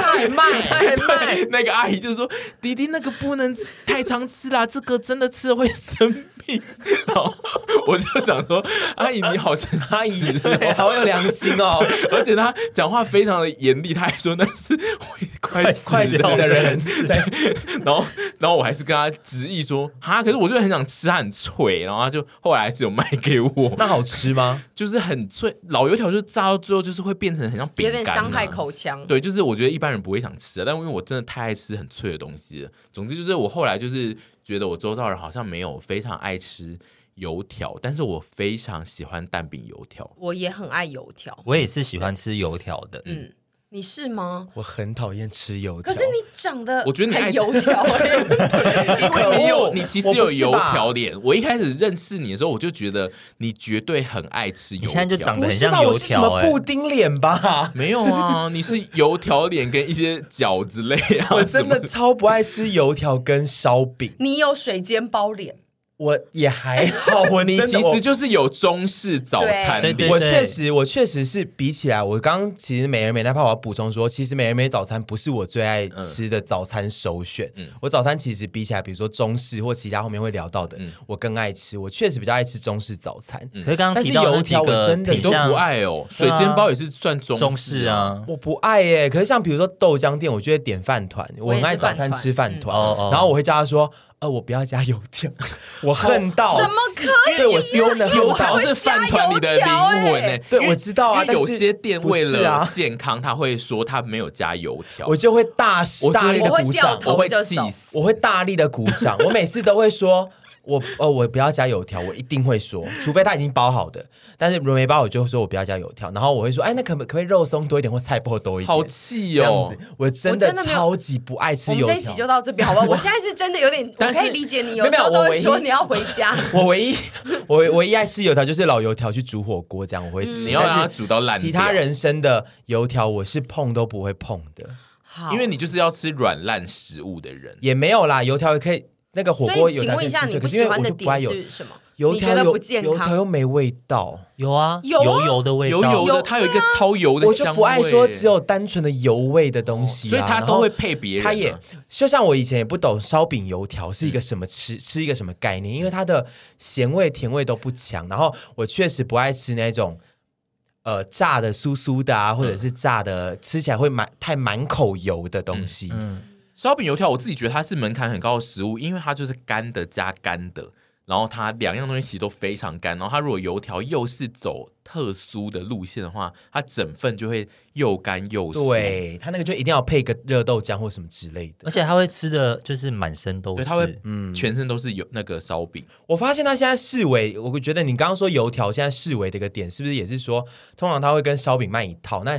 S3: 太慢太慢。
S2: 对，那个阿姨就说：“弟弟，那个不能吃太常吃啦，这个真的吃了会生病。”然后我就想说：“阿姨，你好诚
S1: 阿姨
S2: 实哦。
S1: 对好有良心 哦，
S2: 而且她讲话非常的严厉，她还说那是 会快
S1: 快死
S2: 死的
S1: 的
S2: 人。
S1: 人，对，
S2: 然后，然后我还是跟她执意说：“哈，可是我就很想吃，它很脆。”然后她就后来还是有卖给我，
S1: 那好吃吗？
S2: 就是很脆，老油条就炸到最后就是会变成很像饼
S3: 有
S2: 干、啊
S3: 点伤害。口腔，
S2: 对，就是我觉得一般人不会想吃啊，但因为我真的太爱吃很脆的东西了。总之就是我后来就是觉得我周遭人好像没有非常爱吃油条，但是我非常喜欢蛋饼油条。
S3: 我也很爱油条。
S5: 我也是喜欢吃油条的，
S3: 嗯，你是吗？
S1: 我很讨厌吃油条，
S3: 可是你长得
S2: 我觉得你爱
S3: 很油 条、欸，因
S2: 因为你有，
S1: 恶
S2: 你其
S1: 我
S2: 实
S1: 不
S2: 有
S1: 是
S2: 油
S1: 吧
S2: 条脸。我一开始认识你的时候，我就觉得你绝对很爱吃油
S5: 你
S2: 条。
S5: 现在就长得
S1: 不
S5: 很
S1: 是
S5: 像
S1: 吧？
S5: 油
S1: 我是什
S5: 条
S1: 么
S5: 哎、
S1: 布丁脸吧？
S2: 没有啊，你是油条脸跟一些饺子类啊，
S1: 我真的
S2: 什么
S1: 超不爱吃油条跟烧饼，
S3: 你有水煎包脸，
S1: 我也还好，我
S2: 你
S1: 真的
S2: 其
S1: 我
S2: 实就是有中式早餐
S5: 对对
S2: 店
S1: 我确实，我确实是比起来，我刚刚其实美而美那怕我要补充说，其实美而美早餐不是我最爱吃的早餐首选。我早餐其实比起来，比如说中式或其他后面会聊到的，我更爱吃。我确实比较爱吃中式早餐。
S5: 可是刚刚
S1: 但是
S5: 提到那
S1: 油
S5: 几
S1: 条我
S5: 个
S1: 真的
S5: 品
S2: 你都
S5: 相
S2: 不爱哦。水煎包也是算中
S5: 嗯中
S2: 式
S5: 式，啊，
S1: 我不爱耶、可是像比如说豆浆店，我就会点饭团，我很
S3: 也是
S1: 爱早餐吃饭团，
S5: 饭团嗯哦哦
S1: 然后我会叫他说：“呃，我不要加油条。” 我恨到
S3: 怎么可以
S1: 对我是真的
S3: 油
S1: 恨
S2: 油
S3: 条
S1: 到
S2: 条是饭团里的灵魂呢、
S3: 哎
S1: 对
S2: 因为
S1: 我知道啊
S2: 因为有
S1: 但是
S2: 些店
S1: 不
S2: 为
S1: 是
S2: 了
S1: 啊
S2: 健康，他会说他没有加油条，
S1: 我就会大
S2: 我
S1: 大力的
S2: 我会
S1: 鼓
S3: 掉
S1: 掌，
S3: 头
S2: 我会
S3: 就
S2: 气
S3: 走
S2: 死。
S1: 我会大力的鼓掌， 我每次都会说。我哦，我不要加油条，我一定会说，除非它已经包好的。但是如果没包，我就会说我不要加油条。然后我会说，哎，那可不可不可以肉松多一点或菜包多一点？
S2: 好气
S1: 这样
S2: 哦
S1: 子！，我真
S3: 我
S1: 的
S3: 真的没有
S1: 超级不爱
S3: 我
S1: 吃
S3: 们
S1: 油
S3: 这一集就
S1: 条。
S3: 到这边好 不好？我现在是真的有点，我
S2: 但是
S3: 可以理解你，
S1: 没有
S3: 有时候
S1: 没有
S3: 都
S1: 我
S3: 会
S1: 唯一
S3: 说你要回 家，
S1: 我唯一我唯唯一爱吃油条就是老油条去煮火锅，这样我会吃。
S2: 你要让它
S1: 但是
S2: 煮到烂掉，
S1: 其他人生的油条我是碰都不会碰的，
S3: 好
S2: 因为你就是要吃软烂食物的人。
S1: 也没有啦。油条也可以，那个火
S3: 所
S1: 锅
S3: 以
S1: 油
S3: 请
S1: 条
S3: 问
S1: 可
S3: 一
S1: 以
S3: 下，
S1: 吃
S3: 你
S1: 这个，
S3: 不
S1: 因
S3: 喜
S1: 为
S3: 欢
S1: 我
S3: 的
S1: 就不爱
S3: 点
S1: 油
S3: 是什么？
S1: 油
S3: 你觉
S1: 条
S3: 得
S1: 又
S3: 不健
S1: 油条
S3: 康？
S1: 又没味道。
S5: 有啊，
S3: 有啊
S5: 油油的味
S2: 油
S5: 道，
S2: 油的，它有一个超油的
S1: 啊我就
S2: 香味，哦
S1: 不爱说只有单纯的油味的东西啊、
S2: 所以它
S1: 然
S2: 都
S1: 后
S2: 会配别人啊。
S1: 它也就像我以前也不懂烧饼油条是一个什么吃、吃一个什么概念，因为它的咸味甜味都不强，然后我确实不爱吃那种。呃，炸的酥酥的啊，或者是炸的、吃起来会满太满口油的东西，
S5: 嗯，
S2: 烧饼油条，我自己觉得它是门槛很高的食物，因为它就是干的加干的，然后它两样东西其实都非常干，然后它如果油条又是走特酥的路线的话，它整份就会又干又酥。。
S1: 对，它那个就一定要配个热豆浆或什么之类的。
S5: 而且它会吃的就是满身都
S2: 对，
S5: 是，
S2: 它会，嗯，全身都是油那个烧饼，
S1: 我发现它现在视为，我觉得你刚刚说油条现在视为的一个点，是不是也是说，通常它会跟烧饼卖一套？那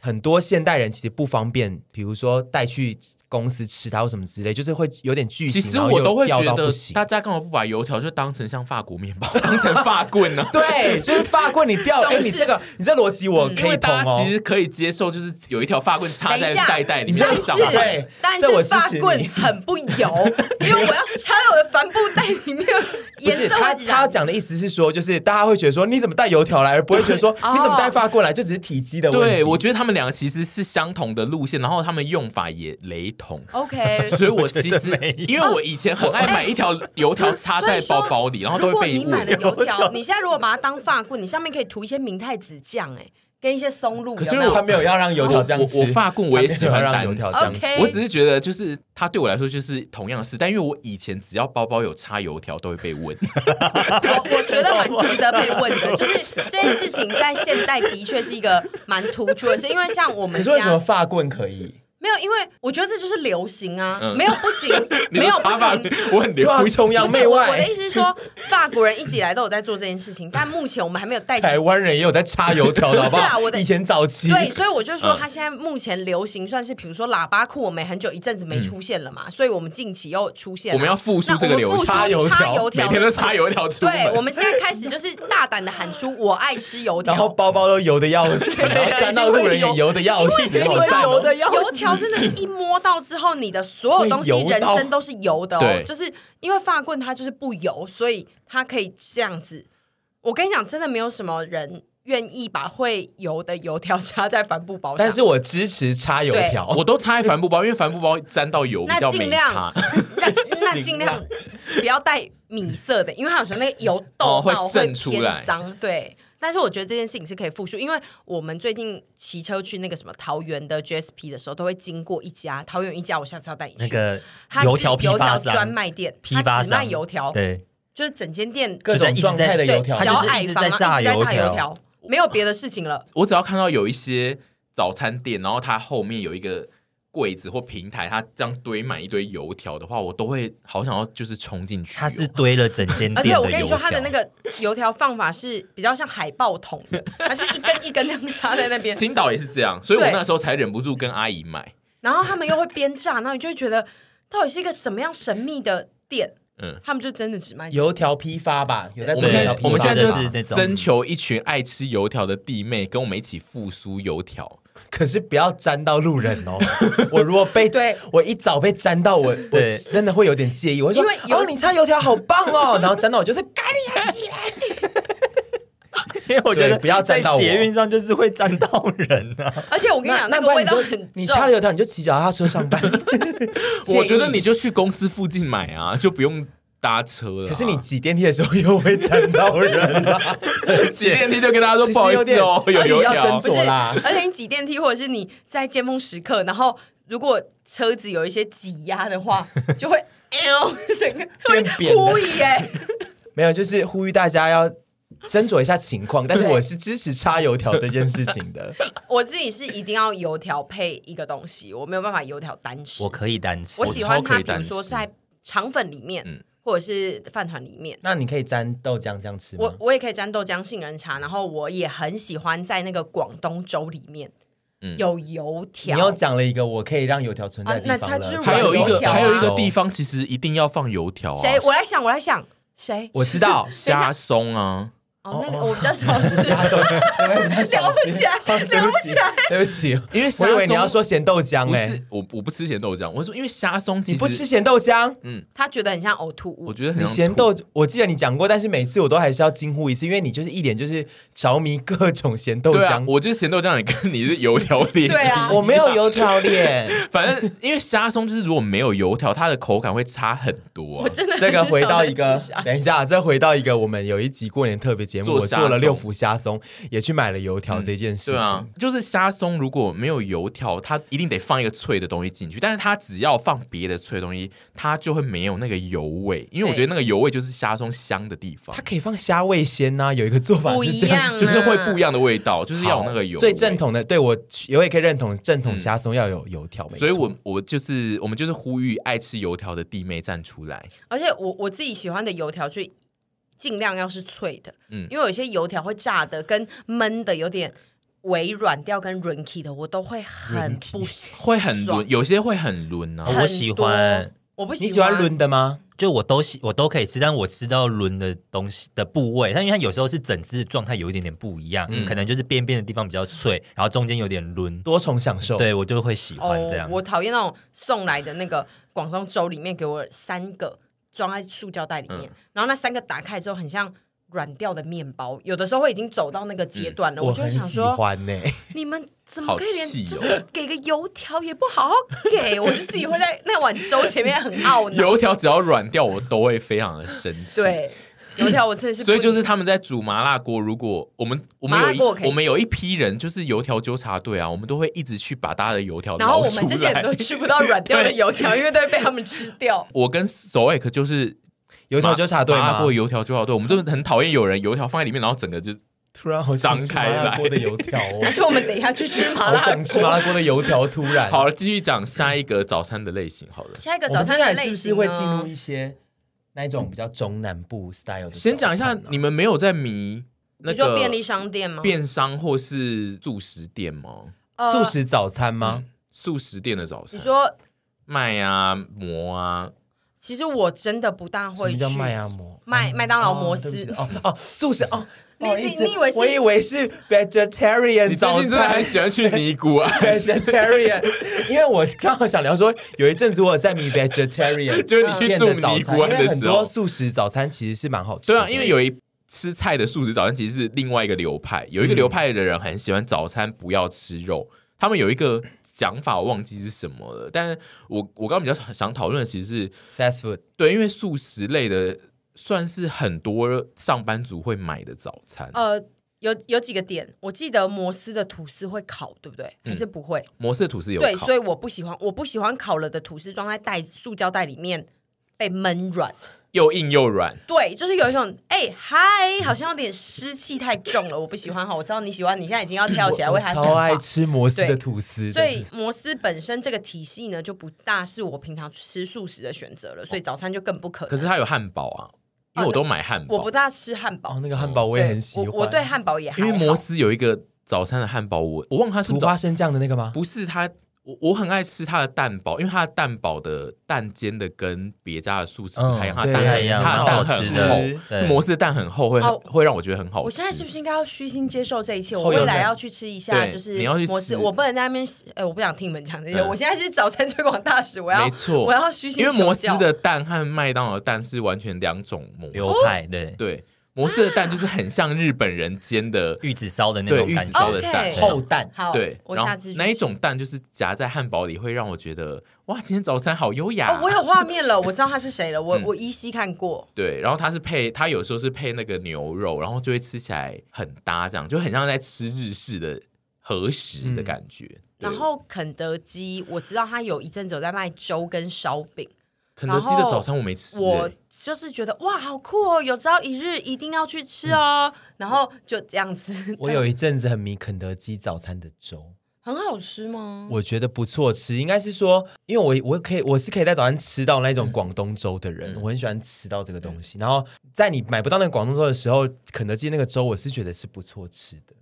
S1: 很多现代人其实不方便，比如说带去公司吃它或什么之类，就是会有点巨
S2: 其
S1: 型，
S2: 实
S1: 然后
S2: 我
S1: 又
S2: 都会
S1: 掉
S2: 觉
S1: 到
S2: 得
S1: 不，行
S2: 大。家干嘛不把油条就当成像法国面包， 当成法 棍呢、
S1: 对，就是发棍你 掉，
S3: 就是
S1: 哎，你这个你这逻辑我
S2: 因
S1: 可
S2: 为
S1: 以通
S2: 嗯大家
S1: 哦
S2: 其。实可以接受，就是有一条发棍插在
S3: 等一下
S2: 袋袋里面
S3: 但
S2: 上
S1: 吧
S2: 班
S1: 对
S3: 是但
S1: 这我
S3: 是
S1: 支持
S3: 发棍
S1: 你
S3: 很不油，因为我要是插在我的帆布袋里 面，
S1: 不
S3: 颜
S1: 是
S3: 色
S1: 他，
S3: 会
S1: 他
S3: 染。
S1: 讲的意思是说，就是大家会觉得说，你怎么带油条来，而不会觉得说
S3: 哦
S1: 你怎么带发棍来，就只是体积的问题。
S2: 对，我觉得他们两个其实是相同的路线，然后他们用法也雷同。
S3: OK，
S2: 所以我 其实
S5: 没有
S2: 因为我以前很爱买一条油条 插在包包里，然后哦都
S3: 如
S2: 会
S3: 果
S2: 被
S3: 你买了
S2: 问。
S3: 油 条，你现在如果把它当发棍，你上面可以涂一些明太子酱，哎，跟一些松露，
S2: 可是
S3: 有没
S2: 因为
S1: 他
S3: 有？
S1: 没有要让油条哦这
S2: 我
S1: 样吃，
S2: 我发棍我也喜欢
S1: 他没有让
S2: 单
S1: 油条
S2: 吃
S1: 这样吃。
S3: OK
S2: 我只是觉得，就是它对我来说就是同样的事，但因为我以前只要包包有插油条，都会被问。
S3: 我我觉得蛮值得被问的，就是这件事情在现代的确是一个蛮突出的事，因为像我们
S1: 可是为什么
S3: 家
S1: 发棍可以？
S3: 没有，因为我觉得这就是流行啊，
S2: 嗯
S3: 没有不行，
S2: 你
S3: 没有不
S2: 插发
S3: 行
S2: 棍，，我很流
S1: 对啊
S2: 行
S1: 崇洋
S3: 不
S1: 媚
S3: 是我
S1: 外
S3: 我的意思是说，法国人一直以来都有在做这件事情，但目前我们还没有带起。
S1: 台湾人也有在插油 条的，好
S3: 不
S1: 不
S3: 是啊
S1: 好？
S3: 我的
S1: 以前早期，
S3: 对，所以我就说，
S2: 嗯
S3: 他现在目前流行算是，比如说喇叭裤，我们很久一阵子没出现了嘛，所以我们近期又出现了。
S2: 嗯我们要复苏这个
S3: 那我们
S2: 流行
S3: 复苏
S1: 插
S3: 插
S1: 油
S3: 油
S2: 每
S3: 条，
S2: 天都插。油条出门。
S3: 对，我们现在开始就是大胆的喊出“我爱吃油条”，
S1: 然后包包都油的要 死，然后
S3: 啊
S1: 沾到路人也油的要死，
S5: 因
S1: 好
S5: 为
S1: 赞
S5: 油
S1: 哦！
S5: 的要
S3: 油条真的是一摸到之后，你的所有东西
S1: 会油
S3: 人
S1: 到
S3: 生都是油的哦
S2: 对，
S3: 就是因为发棍它就是不油，所以它可以这样子。我跟你讲，真的没有什么人愿意把会油的油条 插在帆布包上，
S1: 但是我支持插油条，
S2: 我都插在帆布包，因为帆布包沾到油比
S3: 那
S2: 较
S3: 尽
S2: 没
S3: 量
S2: 差，
S3: 那那尽量不要带米色的，因为它有时候那个油
S2: 哦
S3: 痘
S2: 会
S3: 到
S2: 渗出
S3: 偏
S2: 来
S3: 脏，对。但是我觉得这件事情是可以复述，因为我们最近骑车去那个什么桃园的 GSP 的时候，都会经过一家桃园一家，我下次要带你去。
S5: 那个
S3: 它是
S5: 油条批
S3: 油
S5: 发
S3: 条专
S5: 商，
S3: 卖店，
S5: 批
S3: 它
S5: 发
S3: 只卖
S5: 商
S3: 油条，
S5: 对，
S3: 就是整间店
S1: 各种状态的
S3: 对
S1: 油条
S5: 它，
S3: 小
S5: 就是
S3: 矮
S5: 一直
S3: 房
S5: 在
S3: 啊
S5: 炸
S3: 一直在炸
S5: 油条
S3: 条，没有别的事情了。
S2: 我只要看到有一些早餐店，然后它后面有一个柜子或平台，它这样堆满一堆油条的话，我都会好想要就是冲进去哦。
S5: 它是堆了整间
S3: 而
S5: 嗯店
S3: 且我
S5: 的
S3: 跟你
S5: 油
S3: 说，
S5: 条，
S3: 它的那个油条放法是比较像海报桶的，它是一根一根那样插在那 边，
S2: 青岛也是这样，所以我
S3: 对
S2: 那时候才忍不住跟阿姨买。
S3: 然后他们又会边炸， 然后你就会觉得到底是一个什么样神秘的店？
S2: 嗯
S3: 嗯，他们就真的只卖
S1: 油条批发吧，有在
S2: 我
S1: 做
S2: 们
S5: 对
S2: 现
S1: 油
S2: 在
S1: 条
S2: 我
S1: 批
S2: 们
S1: 发
S2: 现
S1: 的
S2: 在就
S1: 吧
S5: 是那种
S2: 征求一群爱吃油条的弟妹，跟我们一起复苏油条。
S1: 可是不要沾到路人 哦。我如果被
S3: 对
S1: 我一早被沾到，我我
S5: 对
S1: 真的会有点介意。我会
S3: 因为
S1: 说
S3: 有
S1: 哦，你擦油条好棒 哦，然后沾到我就是干你啊！
S5: 因为我觉
S1: 对
S5: 得
S1: 不要沾到我
S5: 在捷运上就是会沾到人啊。
S3: 而且我跟你
S1: 那
S3: 讲，那
S1: 那
S3: 个
S1: 不然
S3: 味
S1: 你
S3: 道
S1: 就
S3: 很重。
S1: 你擦了油条你就骑脚踏车上 班。
S2: 我觉
S1: 介
S2: 得
S1: 意
S2: 你就去公司附近买啊，就不用搭车了啊、
S1: 可是你挤电梯的时候又会沾到人 啊，
S2: 挤电梯就跟大家说
S1: 其实
S2: 不好意
S1: 有
S2: 思
S1: 点
S2: 哦，有
S1: 而且
S2: 油
S1: 要
S2: 条
S1: 斟
S3: 不
S1: 酌
S3: 是
S1: 啦，
S3: 而且你挤电梯或者是你在尖峰时刻，然后如果车子有一些挤压 的话，就会哎呦，整个会
S1: 变扁了
S3: 呼一哎，
S1: 没有，就是呼吁大家要斟酌一下情况。但是
S3: 对
S1: 我是支持擦油条这件事情 的。
S3: 我自己是一定要油条配一个东西，我没有办法油条单吃。
S5: 我可以单吃，
S3: 我喜欢它，
S2: 我超可以
S3: 比
S2: 单
S3: 如
S2: 吃
S3: 说在肠粉里面，
S2: 嗯
S3: 或者是饭团里面。
S1: 那你可以沾豆浆这样吃吗
S3: 我？我也可以沾豆浆、杏仁茶，然后我也很喜欢在那个广东粥里面、
S2: 嗯
S3: 有油
S1: 你
S3: 条。
S1: 又讲了一个我可以让油条存在的地方
S3: 啊那它就是
S1: 了，
S3: 软
S2: 还有一
S3: 油
S2: 个
S3: 条啊
S2: 还有一个地，方其实一定要放油条啊，
S3: 谁？我来想，我来想，谁？。
S1: 哦我知 道
S3: 等一下
S2: 虾松啊，
S3: 哦，那个
S1: 哦哦
S3: 我比较 少吃。
S1: 聊
S3: 聊不起来
S1: 聊不起来，对不起，
S2: 因为
S1: 我
S2: 虾
S1: 以
S2: 松
S1: 为你要说咸豆浆
S2: 不
S1: 哎
S2: 是，我我不吃咸豆浆，我说因为虾松其
S1: 你
S2: 实
S1: 不吃咸豆浆，
S3: 他觉得很像呕吐
S2: 我
S3: 物，
S2: 觉得很
S1: 你
S2: 像
S1: 咸
S2: 吐
S1: 豆，我记得你讲过，但是每次我都还是要惊呼一次，因为你就是一脸就是着迷各种咸豆
S2: 对啊
S1: 浆，。
S2: 我觉得咸豆浆也跟你是油条 脸，
S3: 对啊
S1: 我没有油条脸，
S2: 反正因为虾松就是如果没有油条，它的口感会差很多、
S3: 我
S2: 啊。
S3: 真的
S1: 这个
S3: 很
S1: 回
S3: 少
S1: 到
S3: 在
S1: 一个
S3: 吃虾，
S1: 等一下，再回到一个我们有一集过年特别节目，
S2: 做
S1: 我
S2: 虾
S1: 做了
S2: 松
S1: 六福虾松，也去买了油条这件事
S2: 对啊
S1: 情。，
S2: 就是虾松如果没有油条，它一定得放一个脆的东西进去，但是它只要放别的脆的东西，它就会没有那个油味，因为我觉得那个油味就是虾松香的地方
S1: 它，可以放虾味鲜呐，有一个做法
S3: 不
S1: 是
S3: 一
S1: 这样
S3: 样、啊，
S2: 就是会不一样的味道， 就是要有
S1: 好
S2: 那个油味嗯
S1: 最正。统的，对我我也可以认同正统虾松要有油条，没
S2: 所以
S1: 错
S2: 我我就是我们就是呼吁爱吃油条的弟妹站出来，
S3: 而且我我自己喜欢的油条就尽量要是脆的，
S2: 嗯
S3: 因为有些油条会炸的跟焖的有点微软掉跟 runky 的，我都会很不爽
S2: 会很轮，，有些会很轮啊
S5: 哦。我喜欢，
S3: 我不
S1: 你
S3: 喜
S1: 喜欢轮的吗？
S5: 就我都喜我都可以吃，但我吃到轮的东西的部位，但因为它有时候是整只的状态有一点点不一样，
S2: 嗯
S5: 可能就是边边的地方比较脆，然后中间有点轮，
S1: 多重享受，，
S5: 对我就会喜欢这
S3: 哦
S5: 样。，
S3: 我讨厌那种送来的那个广东粥里面给我三个装在塑胶袋里面，然后那三个打开之后很像。软掉的面包，有的时候会已经走到那个阶段了，
S1: 我
S3: 就会
S1: 很
S3: 想
S1: 喜
S3: 说，
S1: 欢呢。
S2: 欸
S3: 你们怎么可以连
S2: 好气哦
S3: 就是给个油条也不好好给？我就自己会在那碗粥前面很懊恼。
S2: 油条只要软掉，我都会非常的生气。
S3: 对，油条我真的是不，
S2: 所以就是他们在煮麻辣锅，如果我们我们
S3: 麻
S2: 有
S3: 辣锅我可
S2: 一
S3: 以
S2: 我们有一批人就是油条纠察队啊，我们都会一直去把大家的油条
S3: 然后
S2: 捞
S3: 我们这
S2: 出
S3: 些
S2: 来
S3: 人都吃不到软掉的
S2: 对
S3: 油条，因为都会被他们吃掉。
S2: 我跟 Zoic 就是
S1: 油条纠察队
S2: 麻辣
S1: 吗
S2: 锅？油条纠察队，我们真的很讨厌有人油条放在里面，然后整个就
S1: 突然好想吃麻辣锅的油条哦
S3: 还，是我们等一下去吃麻
S1: 好
S3: 辣
S1: 想吃麻
S3: 锅。
S1: 辣锅的油条，突 然
S2: 好了。继续讲下一个早餐的类型好了，
S3: 下一个
S1: 我
S3: 早
S1: 们
S3: 餐
S1: 现
S3: 的
S1: 在是
S3: 类
S1: 不
S3: 型
S1: 是
S3: 呢
S1: 会进入一些那一种比较中南部 style 的早餐啊？
S2: 先讲一下你们没有在迷那
S3: 你说
S2: 个
S3: 便利商店吗？
S2: 便商或是素食店吗？
S3: 呃
S1: 素食早餐
S2: 嗯
S1: 吗？
S2: 素食店的早
S3: 你
S2: 餐，
S3: 说，
S2: 麦啊、馍啊，
S3: 其实我真的不大
S1: 什
S3: 会
S1: 么
S3: 去
S1: 叫麦阿摩？
S3: 麦麦当劳摩
S1: 哦
S3: 斯
S1: 对不起哦哦，素食哦。
S3: 你
S1: 不好意思
S3: 你你以为是
S1: 我以为是 vegetarian
S2: 你最
S1: 早
S2: 近真的
S1: 餐
S2: 很喜欢去尼姑啊？
S1: vegetarian，因为我刚好想聊说，有一阵子我有在迷 vegetarian，
S2: 就是
S3: 嗯
S2: 你去
S1: 店
S2: 住
S1: 的早
S2: 尼
S1: 餐，
S2: 姑
S1: 因
S2: 庵
S1: 为
S2: 的
S1: 很
S2: 时
S1: 多
S2: 候，
S1: 素食早餐其实是蛮好吃
S2: 对
S1: 的。
S2: 啊，因为有一吃菜的素食早餐其实是另外一个流派，有一
S3: 嗯
S2: 个流派的人很喜欢早餐不要吃肉，他们有一个讲法我忘记是什么了，但我我刚刚比较想讨论的其实是
S1: fast food，
S2: 对，因为素食类的算是很多上班族会买的早餐，
S3: 呃，有有几个点，我记得摩斯的吐司会烤，对不对？还是不会？
S2: 摩斯的吐司嗯有
S3: 对，
S2: 烤
S3: 所以我不喜欢，我不喜欢烤了的吐司装在袋塑胶袋里面被闷软。
S2: 又硬又软，
S3: 对，就是有一种哎嗨、好像有点湿气太重了，我不喜欢哈。我知道你喜欢，你现在已经要跳起来
S1: 我
S3: 为他讲
S1: 超
S3: 话
S1: 爱。吃摩斯的
S3: 对
S1: 吐司，
S3: 所以摩斯本身这个体系呢，就不大是我平常吃素食的选择了，所以早餐就更不可能。
S2: 可是它有汉堡啊，因为我都买汉堡，
S3: 哦我不大吃汉堡，
S1: 哦，那个汉堡我也
S3: 对
S1: 很喜欢，
S3: 我我对汉堡也还
S2: 因
S3: 好
S2: 为摩斯有一个早餐的汉堡，我我忘了它是
S1: 涂
S2: 早
S1: 花生酱的那个吗？
S2: 不是它，我我很爱吃它的蛋堡，因为它的蛋堡的蛋煎的跟别家的素食
S5: 嗯
S2: 不太一样，它的
S1: 对
S2: 蛋
S1: 不太
S2: 很
S1: 一样
S2: 它的
S1: 蛮好
S2: 蛋
S1: 吃
S2: 很
S1: 的
S2: 厚，
S5: 对
S2: 摩斯蛋很厚，会
S3: 哦
S2: 会让我觉得很好吃。
S3: 我现在是不是应该要虚心接受这一切？我
S1: 后有
S3: 未来
S1: 人
S3: 要去吃一下，
S2: 对
S3: 就是
S2: 你要去
S3: 摩斯，
S2: 吃
S3: 我不能在那边，哎，我不想听你们讲这些。
S2: 嗯
S3: 我现在是早餐推广大使，我要
S2: 没错
S3: 我要虚心
S2: 因为
S3: 求
S2: 摩斯
S3: 教
S2: 的蛋和麦当劳的蛋是完全两种模
S5: 流
S2: 式，
S5: 派对
S2: 对，摩斯的蛋就是很像日本人煎的，
S5: 玉子烧的那
S2: 对
S5: 种
S2: 玉
S5: 感
S2: 子
S5: 觉，
S2: 烧
S3: 哦
S2: 的
S3: OK
S2: 蛋，
S5: 对
S1: 厚蛋，
S3: 好，
S2: 对，
S3: 我
S2: 然后
S3: 下次去
S2: 那一
S3: 吃哦
S2: 种蛋就是夹在汉堡里，会让我觉得哇，今天早餐好优雅。
S3: 哦，我有画面了，我知道他是谁了，我
S2: 嗯
S3: 我依稀看过。
S2: 对，然后它是配，它有时候是配那个牛肉，然后就会吃起来很搭，这样就很像在吃日式的和食
S1: 嗯
S2: 的感觉。对
S3: 然后肯德基，我知道他有一阵子有在卖粥跟烧饼，
S2: 肯德基的早餐我没吃、
S3: 我
S2: 欸
S3: 就是觉得哇，好酷哦！有朝一日一定要去吃哦。
S2: 嗯
S3: 然后就这样子，
S1: 我有一阵子很迷肯德基早餐的粥，
S3: 很好吃吗？
S1: 我觉得不错吃。应该是说，因为我我可以我是可以在早餐吃到那种广东粥的人，
S2: 嗯
S1: 我很喜欢吃到这个东西。然后在你买不到那个广东粥的时候，肯德基那个粥我是觉得是不错吃的。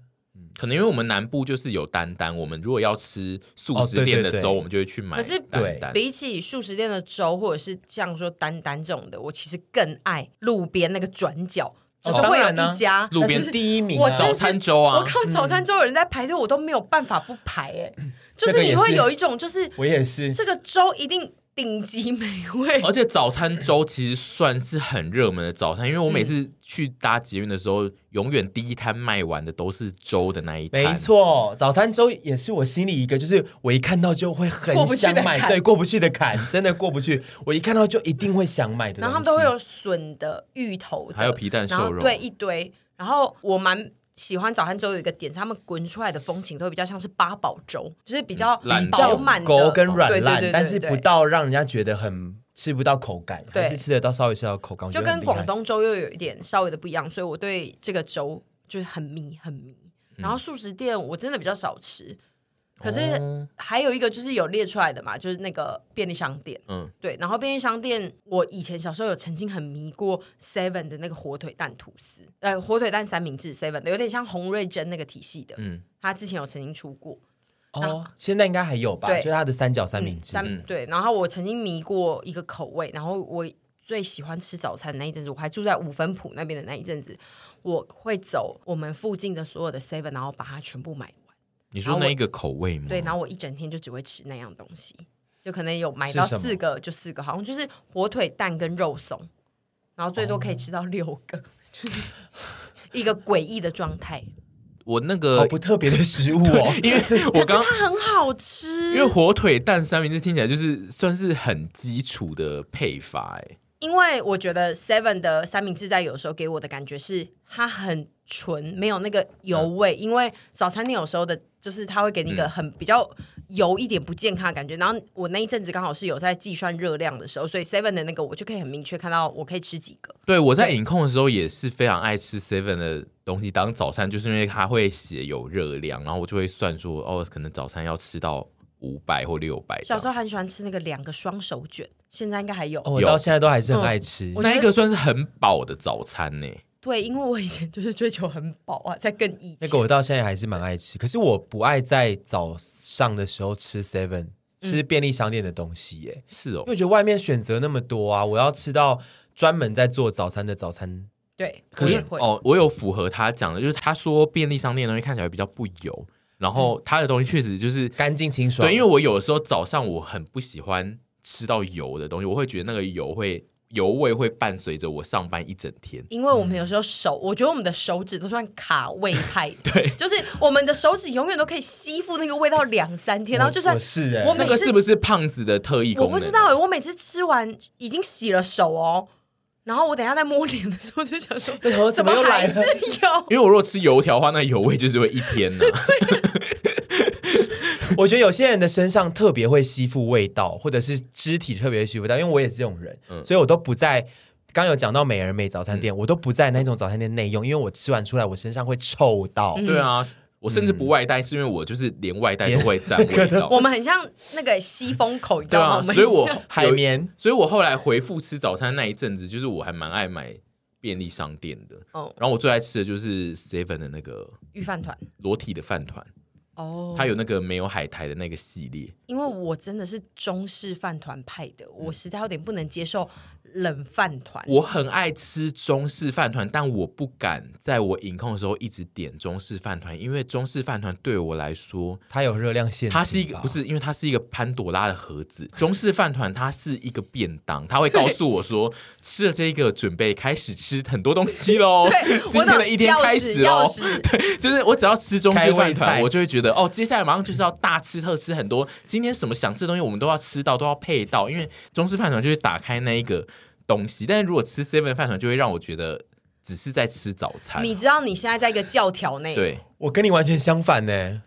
S2: 可能因为我们南部就是有丹丹，我们如果要吃素
S1: 哦
S2: 食
S1: 对
S2: 店
S1: 对
S2: 的
S1: 对
S2: 粥，我们就会去买
S3: 可是
S2: 丹丹。
S3: 比起素食店的粥，或者是像说丹丹这种的，我其实更爱路边那个转角，
S1: 哦
S3: 就是会有
S1: 当然啊
S3: 一家、
S2: 路边
S1: 那是第一名、
S3: 我
S1: 啊，
S3: 真
S2: 早
S3: 的
S2: 餐粥啊
S3: 我，看早餐粥有人在排队，我都没有办法不排哎、就
S1: 这个
S3: 是你
S1: 也
S3: 会
S1: 是
S3: 有一种，就是
S1: 我也是。
S3: 这个粥一定顶级美
S1: 哦
S3: 味
S2: 而。且早餐粥其实算是很热门的早餐，因为我每
S3: 嗯
S2: 次去搭捷运的时候，永远第一摊卖完的都是粥的那一摊。
S1: 没，错，早餐粥也是我心里一个，就是我一看到就会很
S3: 过不去的
S1: 想买，
S3: 坎
S1: 对，过不去的坎，真的过不去。我一看到就一定会想买的东西。
S3: 然后他们都会有笋的、芋头的，
S2: 还有皮蛋
S3: 然后
S2: 瘦肉，
S3: 对一堆。然后我蛮喜欢早餐粥有一个点，是他们滚出来的风情都会比较像是八宝粥，就是比较
S2: 嗯
S1: 比
S3: 饱
S1: 较
S3: 满的
S1: 勾跟软
S3: 对对对
S1: 烂
S3: 对，
S1: 但是
S3: 对
S1: 不到让人家觉得很吃不到口感，
S3: 对
S1: 还是吃得到稍微吃到口感，我
S3: 就
S1: 觉得很
S3: 跟
S1: 厉害
S3: 广东粥又有一点稍微的不一样，所以我对这个粥就是很迷很迷。然后
S1: 嗯
S3: 素食店我真的比较少吃，可是
S2: 哦
S3: 还有一个就是有列出来的嘛，就是那个便利商店。
S2: 嗯，
S3: 对，然后便利商店，我以前小时候有曾经很迷过 Seven 的那个火腿蛋吐司，呃，火腿蛋三明治 Seven 的，有点像洪瑞珍那个体系的，
S2: 嗯
S3: 嗯，他之前有曾经出过，
S1: 哦，现在应该还有吧？
S3: 对
S1: 就是它的三角三
S3: 嗯
S1: 明治，
S3: 三对，然后我曾经迷过一个口味，然后我最喜欢吃早餐的那一阵子，我还住在五分埔那边的那一阵子，我会走我们附近的所有的 Seven，然后把它全部买完，
S2: 你说那一个口味吗？
S3: 对，然后我一整天就只会吃那样东西，就可能有买到
S1: 是什么
S3: 四个，就四个，好像就是火腿蛋跟肉松，然后最多可以吃到六个，就是一个诡异的状态。
S2: 我那
S1: 好
S2: 个，
S1: 不特别的食物哦。
S2: 因为我刚
S3: 可是它很好
S2: 因
S3: 吃，
S2: 为火腿蛋三明治听起来就是算是很基础的配法，哎，
S3: 因为我觉得 Seven 的三明治在有时候给我的感觉是它很纯，没有那个油
S1: 嗯
S3: 味。因为早餐店有时候的，就是它会给你一个很比较油一点不健康的感觉。然后我那一阵子刚好是有在计算热量的时候，所以 Seven 的那个我就可以很明确看到我可以吃几个。
S2: 对我在
S3: 对
S2: 饮控的时候也是非常爱吃 Seven 的东西当早餐，就是因为它会写有热量，然后我就会算说，哦，可能早餐要吃到五百或六百。
S3: 小时候很喜欢吃那个两个双手卷，现在应该还有。
S1: 哦我
S2: 有
S1: 到现在都还是很爱吃
S3: 嗯我。
S2: 那一
S3: 觉
S2: 个算是很饱的早餐呢、欸
S3: 对，因为我以前就是追求很饱啊，在更以前
S1: 那个我到现在还是蛮爱吃，可是我不爱在早上的时候吃
S3: 嗯
S1: seven 吃便利商店的东西耶，
S2: 是哦
S1: 因为，我觉得外面选择那么多啊，我要吃到专门在做早餐的早餐。
S3: 对，
S2: 可
S3: 我
S2: 是
S3: 也会
S2: 哦，我有符合他讲的，就是他说便利商店的东西看起来比较不油，然
S3: 嗯
S2: 后他的东西确实就是
S1: 干净清爽，
S2: 对，因为我有的时候早上我很不喜欢吃到油的东西，我会觉得那个油会油味会伴随着我上班一整天。
S3: 因为我们有时候手，我觉得我们的手指都算卡位派的，
S2: 对
S3: 就是我们的手指永远都可以吸附那个味道两三天，然后就算
S1: 我是哎，
S3: 我每
S2: 那个
S3: 次
S2: 是不是胖子的特异功
S3: 我
S2: 能？啊
S3: 不知道、欸，我每次吃完已经洗了手哦，然后我等一下在摸脸的时候就想说，
S1: 那头怎
S3: 怎
S1: 么又来了
S3: 还是？ 有？
S2: 因为我如果吃油条的话，那油味就是会一天啊呢、
S1: 我觉得有些人的身上特别会吸附味道，或者是肢体特别吸附到，因为我也是这种人，
S2: 嗯
S1: 所以我都不在。刚有讲到美而美早餐店，我都不在那种早餐店内用，因为我吃完出来，我身上会臭到。
S2: 对啊，我甚至不外带，是因为我就是连外带都会沾 味道。
S3: 我们很像那个吸风口，你知
S2: 对
S3: 道吗？
S2: 啊，
S3: 们
S2: 所以我
S1: 海
S2: 有
S1: 绵，
S2: 所以我后来回复吃早餐那一阵子，就是我还蛮爱买便利商店的。
S3: 哦
S2: 然后我最爱吃的就是 Seven 的那个
S3: 御饭团
S2: 裸体的饭团，
S3: 哦
S2: 它有那个没有海苔的那个系列，
S3: 因为我真的是中式饭团派
S2: 嗯
S3: 的，我实在有点不能接受冷饭团。
S2: 我很爱吃中式饭团，但我不敢在我饮控的时候一直点中式饭团，因为中式饭团对我来说，
S1: 它有热量限制吧，
S2: 它是一个不是，因为它是一个潘朵拉的盒子。中式饭团它是一个便当，它会告诉我说，吃了这个，准备开始吃很多东西 喽。
S3: 对，
S2: 今
S3: 我
S2: 天
S3: 懂
S2: 的一天
S3: 钥匙
S2: 开始哦
S3: 钥
S2: 喽。
S3: 匙
S2: 就是我只要吃中式
S1: 开胃
S2: 饭团，
S1: 菜
S2: 我就会觉得哦，接下来马上就是要大吃特吃很多。今天什么想吃的东西，我们都要吃到，都要配到，因为中式饭团就会打开那一个东西。但是如果吃 seven 饭团，就会让我觉得只是在吃早餐。
S3: 你知道你现在在一个教条内，
S2: 对，
S1: 我跟你完全相反呢。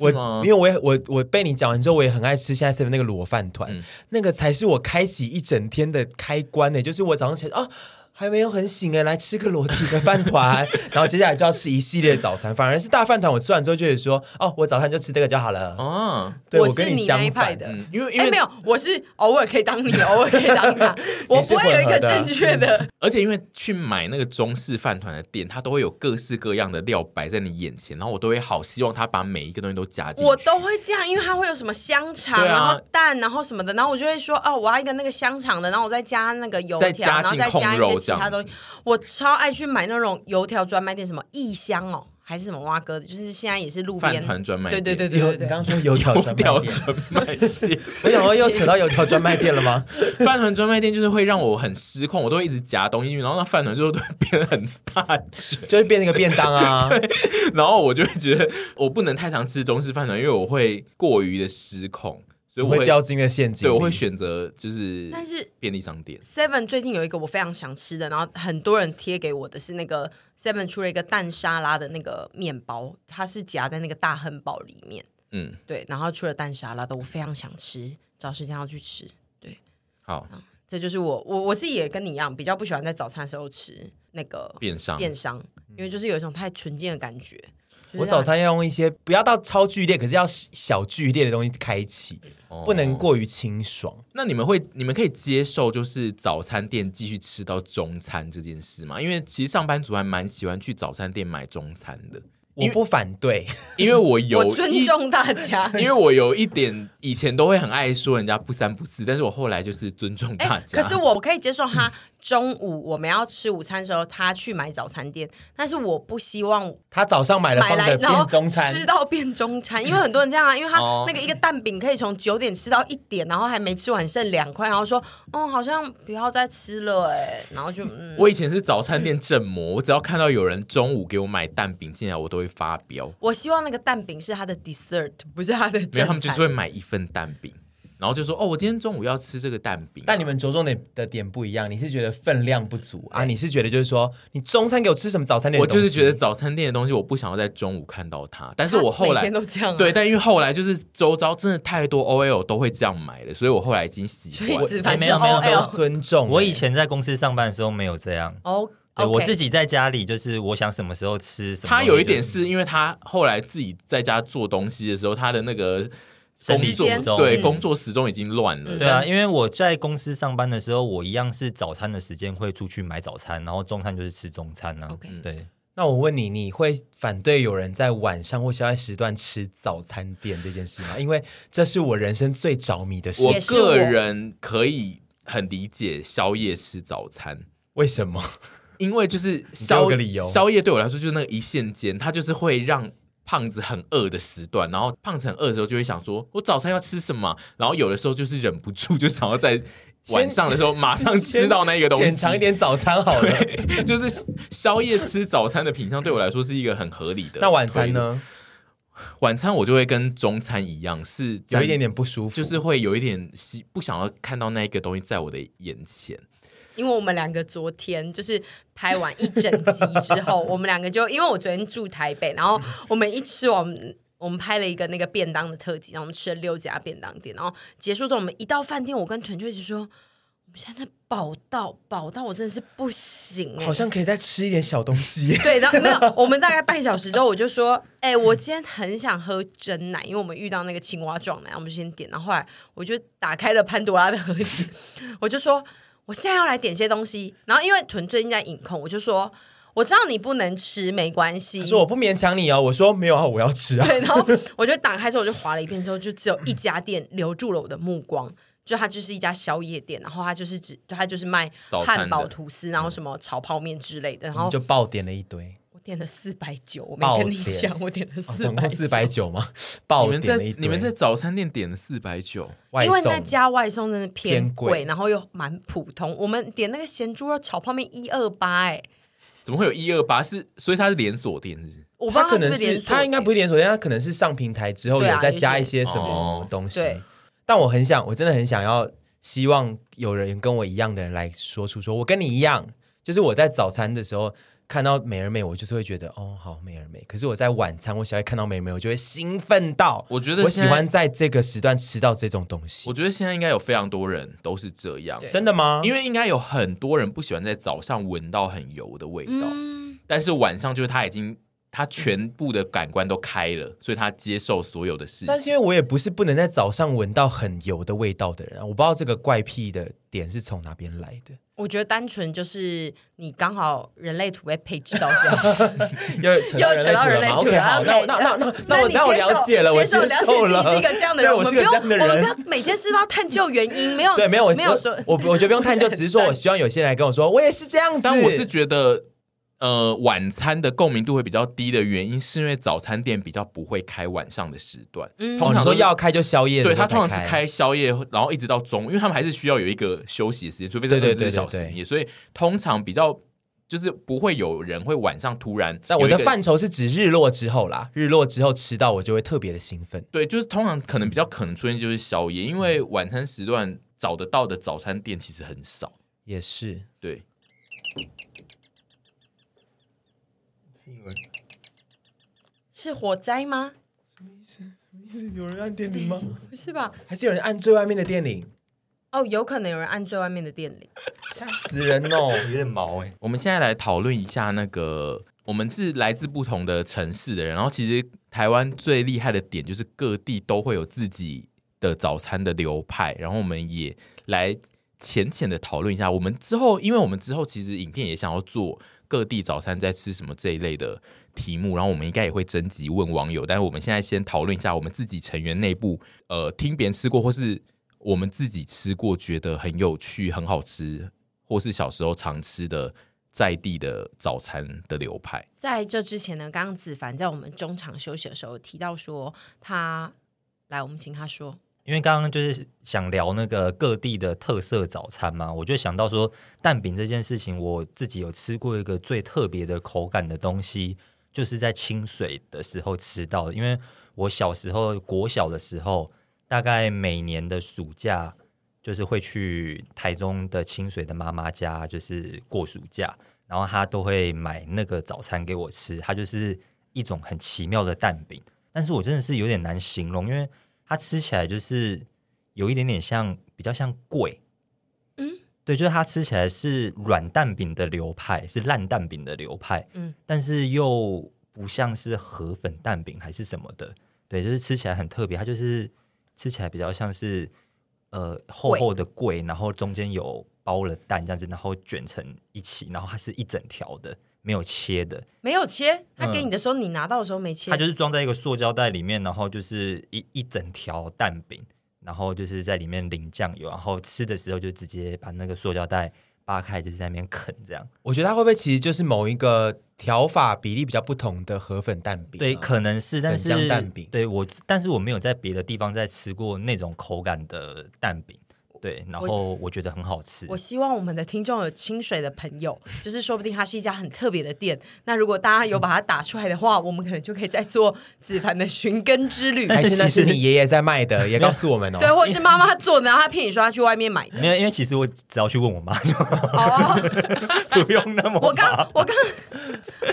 S1: 我
S2: 是吗
S1: 因为我也我我被你讲完之后，我也很爱吃现在 seven 那个裸饭团，
S2: 嗯
S1: 那个才是我开启一整天的开关呢。就是我早上起来啊，还没有很醒哎，来吃个裸体的饭团， 然后接下来就要吃一系列早餐。反而是大饭团，我吃完之后就得说，哦，我早餐就吃这个就好了。
S2: 哦，
S1: 对
S3: 我是
S1: 跟
S3: 你那一
S1: 相
S3: 派
S1: 反，
S3: 的。
S2: 嗯，因为因
S3: 哎、
S2: 为
S3: 没有，我是偶尔可以 当你，偶尔可以当他，我
S1: 你是
S3: 不会有
S1: 混
S3: 一
S1: 合
S3: 个
S1: 的
S2: 啊
S3: 正确的。
S2: 而且因为去买那个中式饭团的店，它都会有各式各样的料摆在你眼前，然后我都会好希望它把每一个东西都加进 去。
S3: 我都会这样，因为它会有什么香肠，
S2: 对啊
S3: 然后蛋，然后什么的，然后我就会说哦，我要一个那个香肠的，然后我再加那个油
S2: 再
S3: 条，
S2: 加
S3: 然后
S2: 进
S3: 再加一
S2: 控
S3: 些
S2: 肉
S3: 其他
S2: 这
S3: 东
S2: 样
S3: 西。我超爱去买那种油条专卖店，什么异香哦，还是什么蛙哥的，就是现在也是路
S2: 饭
S3: 边。
S2: 团专卖
S3: 对
S2: 店，
S3: 对对对
S1: 油，
S3: 对
S1: 你
S3: 对，
S1: 刚刚说油条专卖
S2: 掉
S1: 店，
S2: 专卖店。
S1: 我想说又扯到油条专卖店了 吗？
S2: 饭团专卖店就是会让我很失控，我都会一直夹东西进去，然后那饭团就会变得很大卷，
S1: 就是变那个便当 啊，
S2: 然后我就会觉得我不能太常吃中式饭团，因为我会过于的失控，所以
S1: 我
S2: 我
S1: 会掉进那个陷阱
S2: 对
S1: 里。
S2: 我会选择就是
S3: 但是
S2: 便利商店
S3: Seven 最近有一个我非常想吃的，然后很多人贴给我的是那个 Seven 出了一个蛋沙拉的那个面包，它是夹在那个大汉堡里面，
S2: 嗯
S3: 对，然后出了蛋沙拉的，我非常想吃，找时间要去吃。
S2: 好
S3: 这就是我我我自己也跟你一样，比较不喜欢在早餐的时候吃那个
S2: 便商
S3: 便商，因为就是有一种太纯净的感觉。就是
S1: 我
S3: 让
S1: 早餐要用一些不要到超剧烈，可是要小剧烈的东西开启，
S2: 哦
S1: 不能过于清爽。
S2: 那你们会，你们可以接受就是早餐店继续吃到中餐这件事吗？因为其实上班族还蛮喜欢去早餐店买中餐的，
S1: 我不反对，
S2: 因为我有
S3: 我尊
S2: 一
S3: 重大
S2: 。
S3: 家
S2: 因为我有一点以前都会很爱说人家不三不四，但是我后来就是尊重
S3: 哎、
S2: 大家。
S3: 可是我可以接受他中午我们要吃午餐的时候，他去买早餐店，但是我不希望
S1: 他早上买了
S3: 买
S1: 放
S3: 来
S1: 的
S3: 然后
S1: 变中餐，
S3: 吃到变中餐，因为很多人这样啊，因为他
S2: 哦
S3: 那个一个蛋饼可以从九点吃到一点，然后还没吃完剩两块，然后说哦好像不要再吃了哎、然后就嗯。
S2: 我以前是早餐店正魔，我只要看到有人中午给我买蛋饼进来，我都会发飙。
S3: 我希望那个蛋饼是他的 dessert，不是他的正
S2: 没
S3: 餐。
S2: 有，他们就是会买一份蛋饼，然后就说：“哦，我今天中午要吃这个蛋饼。”
S1: 但你们着重点的点不一样，你是觉得分量不足啊？你是觉得就是说，你中餐给我吃什么早餐店
S2: 我
S1: 的东
S2: 就
S1: 西？
S2: 是觉得早餐店的东西，我不想要在中午看到它。但 是我后
S3: 他每
S2: 来
S3: 天都这样、啊，
S2: 对，，但因为后来就是周遭真的太多 OL 都会这样买了，所以我后来已经习
S3: 所
S2: 惯
S3: 以
S2: 了。
S3: 子凡
S5: 没
S3: 是
S5: 有没有没有
S3: OL
S1: 尊重欸、
S5: 我以前在公司上班的时候没有这样，
S3: 哦。
S5: 对我自
S3: 己
S5: 己在家里就是我想什么时候吃什么东西就。
S2: 他有一点是因为他后来自己在家做东西的时候，他的那个
S5: 生
S3: 理
S2: 工
S3: 时间
S2: 作对
S3: 嗯
S2: 工作时钟已经乱了。
S5: 对啊，因为我在公司上班的时候，我一样是早餐的时间会出去买早餐，然后中餐就是吃中餐啊。
S3: OK
S5: 对，
S1: 那我问你，你会反对有人在晚上或宵夜时段吃早餐店这件事吗？因为这是我人生最着迷的事。
S2: 我
S3: 也是
S2: 个
S3: 我
S2: 人可以很理解宵夜吃早餐，
S1: 为什么？
S2: 因为就是
S1: 给
S2: 宵
S1: 我个理由
S2: 宵夜对我来说就是那个一线间，它就是会让。胖子很饿的时段，然后胖子很饿的时候就会想说，我早餐要吃什么啊？然后有的时候就是忍不住，就想要在晚上的时候马上吃到那个东西，
S1: 浅尝一点早餐好了。
S2: 就是宵夜吃早餐的品相，对我来说是一个很合理的。
S1: 那晚餐？呢？
S2: 晚餐我就会跟中餐一样，是
S1: 有一点，点不舒服，
S2: 就是会有一点希不想要看到那一个东西在我的眼前。
S3: 因为我们两个昨天就是拍完一整集之后，我们两个就因为我昨天住台北，然后我们一吃完。我们我们拍了一个那个便当的特辑，然后我们吃了六家便当店，然后结束之后，我们一到饭店，我跟屯就一直说，我们现在在饱到饱到，我真的是不行、欸，
S1: 好像可以再吃一点小东西 耶。
S3: 对，然后没有，我们大概半小时之后，我就说，哎、我今天很想喝真奶，因为我们遇到那个青蛙撞奶，我们就先点。然后后来我就打开了潘多拉的盒子，我就说，我现在要来点些东西。然后因为屯最近在饮控，我就说。我知道你不能吃，没关系
S1: 他。说我不勉强你哦，我说没有啊，我要吃啊。
S3: 对，然后我就打开之后，我就划了一遍之后，就只有一家店留住了我的目光。就它就是一家宵夜店，然后它就是只它就是卖
S2: 早餐的
S3: 汉堡、吐司，然后什么炒泡面之类的。然
S1: 我们
S3: 后
S1: 就爆点了一堆，
S3: 我点了四百九，我
S1: 爆
S3: 没跟你
S1: 点
S3: 讲，我点了
S1: 哦
S3: 四
S1: 总
S3: 百
S1: 共四百九嘛，爆
S2: 你们在
S1: 哦点了一堆。
S2: 你们在早餐店点了四百九，
S1: 外
S3: 因为那
S1: 送
S3: 家外送真的偏
S1: 偏贵
S3: 贵，然后又蛮普通。我们点那个咸猪肉炒泡面一二八，哎，
S2: 怎么会有一二八？是所以它是连锁店，是不是？
S3: 我不知
S1: 他
S3: 道它
S1: 可
S3: 是
S1: 能
S3: 不是连锁
S1: 他应该不
S3: 店
S1: 是连锁店，他可能是上平台之后
S3: 对啊
S1: 有再
S3: 有
S1: 加
S3: 些
S1: 一些什
S2: 哦
S1: 么东西
S3: 对。
S1: 但我很想，我真的很想要，希望有人跟我一样的人来说出，说我跟你一样，就是我在早餐的时候看到美而美，我就是会觉得哦好美而美。可是我在晚餐，我小孩看到美而美，我就会兴奋到，
S2: 我觉得
S1: 我
S2: 现
S1: 喜
S2: 在
S1: 欢在这个时段吃到这种东西
S2: 我。觉得现在应该有非常多人都是这样，
S3: 对
S1: 真的吗？
S2: 因为应该有很多人不喜欢在早上闻到很油的味道，
S3: 嗯
S2: 但是晚上就是他已经他全部的感官都开了，所以他接受所有的事
S1: 但
S2: 情。
S1: 是因为我也不是不能在早上闻到很油的味道的人啊，我不知道这个怪癖的点是从哪边来 的。
S3: 我觉得单纯就是你刚好人类土被配置到 这样，
S1: 又扯到
S3: 又扯到人类
S1: 吗
S3: 图
S1: ？OK，好，那我
S3: ，OK，
S1: 那那那那我
S3: 你
S1: 那我
S3: 接受
S1: 了解了，我
S3: 接受了解
S1: 受
S3: 自己是一个
S1: 了。
S3: 这样的
S1: 对
S3: 人，
S1: 我
S3: 们
S1: 是
S3: 不
S1: 个
S3: 用，
S1: 这样的
S3: 我们不
S1: 人
S3: 要每件事都要探究原因，没 有
S1: 对，没有，我
S3: 没有说
S1: 我我我觉得不用探究，只 是说我希望有些人来跟我说，我也是这样子。哦
S2: 但我是觉得，呃，晚餐的共鸣度会比较低的原因，是因为早餐店比较不会开晚上的时段，
S3: 嗯
S2: 通
S1: 哦，
S2: 常
S1: 你
S2: 都
S1: 说
S2: 是
S1: 要开就宵夜的
S2: 对
S1: 时候
S2: 他
S1: 才，
S2: 通常是开宵夜，然后一直到中午，因为他们还是需要有一个休息的时间，除非是
S1: 对对
S2: 二十四
S1: 对对
S2: 小时
S1: 对
S2: 营业，所以通常比较就是不会有人会晚上突然。
S1: 但我的范畴是指日落之后啦，日落之后吃到我就会特别的兴奋。
S2: 对，就是通常可能比较可能出现就是宵夜，因为晚餐时段找得到的早餐店其实很少。
S1: 也是，
S2: 对，
S3: 是火灾吗？
S1: 有人按电铃吗？
S3: 不是吧？
S1: 还是有人按最外面的电铃？
S3: 哦，有可能有人按最外面的电铃。
S1: 吓死人哦！
S5: 有点毛哎、
S2: 我们现在来讨论一下那个，我们是来自不同的城市的人，然后其实台湾最厉害的点就是各地都会有自己的早餐的流派，然后我们也来浅浅的讨论一下，我们之后，因为我们之后其实影片也想要做各地早餐在吃什么这一类的题目，然后我们应该也会征集问网友，但是我们现在先讨论一下我们自己成员内部，呃，听别人吃过或是我们自己吃过觉得很有趣、很好吃，或是小时候常吃的在地的早餐的流派。
S3: 在这之前呢，刚刚子凡在我们中场休息的时候提到说，他来，我们请他说，
S5: 因为刚刚就是想聊那个各地的特色早餐嘛，我就想到说蛋饼这件事情，我自己有吃过一个最特别的口感的东西，就是在清水的时候吃到的。因为我小时候国小的时候，大概每年的暑假就是会去台中的清水的妈妈家，就是过暑假，然后她都会买那个早餐给我吃，它就是一种很奇妙的蛋饼，但是我真的是有点难形容，因为它吃起来就是有一点点像，比较像贵，
S3: 嗯，
S5: 对，就是它吃起来是软蛋饼的流派，是烂蛋饼的流派，
S3: 嗯
S5: 嗯，但是又不像是河粉蛋饼还是什么的，对，就是吃起来很特别，它就是吃起来比较像是呃厚
S3: 粿
S5: 厚的桂，然后中间有包了蛋这样子，然后卷成一起，然后它是一整条的，没有切的，
S3: 没有切，他
S5: 嗯
S3: 给你的时候，你拿到的时候没切，
S5: 它就是装在一个塑胶袋里面，然后就是一一整条蛋饼，然后就是在里面淋酱油，然后吃的时候就直接把那个塑胶袋扒开，就是在那边啃这样。
S1: 我觉得它会不会其实就是某一个调法比例比较不同的河粉蛋饼啊？
S5: 对，可能是，但
S1: 很
S5: 是
S1: 像蛋饼
S5: 对我，但是我没有在别的地方再吃过那种口感的蛋饼。对，然后我觉得很好吃。
S3: 我希望我们的听众有清水的朋友，就是说不定它是一家很特别的店。那如果大家有把它打出来的话，我们可能就可以再做子凡的寻根之旅，
S1: 还
S5: 但
S1: 是那
S5: 其
S1: 是
S5: 实
S1: 你爷爷在卖 的，也告诉我们哦。
S3: 对，或者是妈妈做的，然后他骗你说他去外面买的。
S5: 没有，因为其实我只要去问我妈， 就
S3: 哦，
S5: 不用那么
S3: 我
S5: 麻
S3: 刚我 刚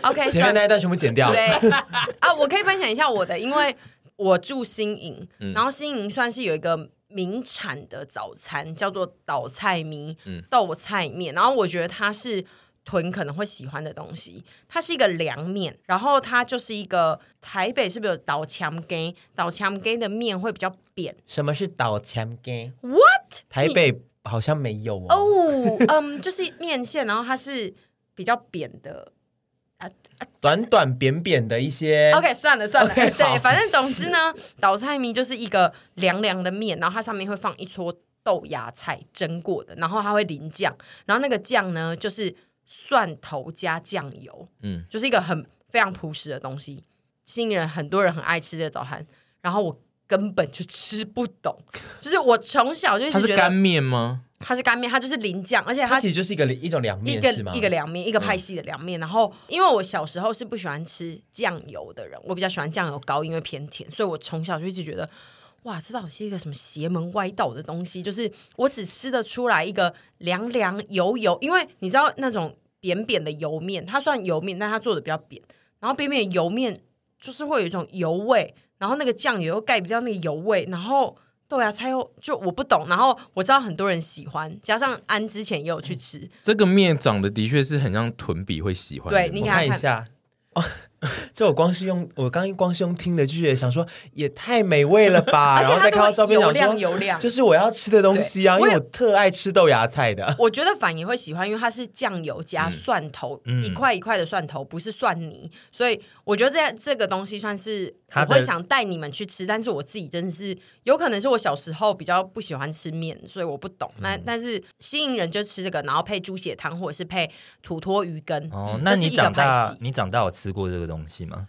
S3: ，OK，
S1: 前面
S3: 算了
S1: 那一段全部剪掉。
S3: 对啊，我可以分享一下我的，因为我住新营，然后新营算是有一个名产的早餐，叫做倒菜米、豆菜面，然后我觉得它是。豚可能会喜欢的东西，它是一个凉面，然后它就是一个台北是不是有倒强羹？倒强羹的面会比较扁
S1: 什么是倒强根？
S3: ，what？
S1: 台北好像没有哦。
S3: 哦，嗯，就是面线，然后它是比较扁的
S1: 短短扁扁的一些
S3: OK，算了算了
S1: OK，好
S3: 对，反正总之呢，倒菜米就是一个凉凉的面，然后它上面会放一撮豆芽菜蒸过的，然后它会淋酱，然后那个酱呢就是蒜头加酱油，
S2: 嗯，
S3: 就是一个很非常朴实的东西，新人很多人很爱吃的早餐，然后我根本就吃不懂，就是我从小就一
S2: 它
S3: 直
S2: 是
S3: 觉
S2: 干
S3: 得
S2: 面吗？
S3: 它是干面，它就是淋酱，而且
S1: 它
S3: 它
S1: 其实就是一个一种凉
S3: 一
S1: 面
S3: 个
S1: 是吗？嗯
S3: 一个凉面，一个派系的凉面。然后，因为我小时候是不喜欢吃酱油的人，我比较喜欢酱油膏，因为偏甜，所以我从小就一直觉得，哇，这到底是一个什么邪门歪道的东西？就是我只吃得出来一个凉凉油油，因为你知道那种扁扁的油面，它算油面，但它做的比较扁，然后扁扁的油面就是会有一种油味，然后那个酱油又盖不掉那个油味，然后。豆芽菜又就我不懂，然后我知道很多人喜欢，加上安之前也有去吃，
S2: 这个面长得的确是很像屯比会喜欢的
S3: 对
S2: 面，
S3: 你
S1: 我
S3: 给它
S1: 看一下。哦， 这我光是用我刚刚光是用听的就觉得想说也太美味了吧，
S3: 而
S1: 然
S3: 且
S1: 后
S3: 它
S1: 再看到
S3: 都
S1: 照
S3: 会
S1: 片
S3: 油
S1: 想
S3: 亮
S1: 说
S3: 油亮。
S1: 这是我要吃的东西啊，因
S3: 对我
S1: 为
S3: 也
S1: 我特爱吃豆芽菜的。
S3: 我觉得反也会喜欢，因为它是酱油加蒜头，
S5: 嗯
S3: 一块一块的蒜头，不是蒜泥，所以我觉得这这个东西算是
S5: 它
S3: 我
S5: 的
S3: 会想带你们去吃，但是我自己真的是有可能是我小时候比较不喜欢吃面，所以我不懂。
S1: 嗯
S3: 那、但是吸引人就吃这个，然后配猪血汤或者是配土托鱼羹。
S5: 哦，
S3: 嗯这
S5: 那
S3: 是
S5: 你
S3: 一个
S5: 长
S3: 派
S5: 大
S3: 系，
S5: 你长大有吃过这个东西吗？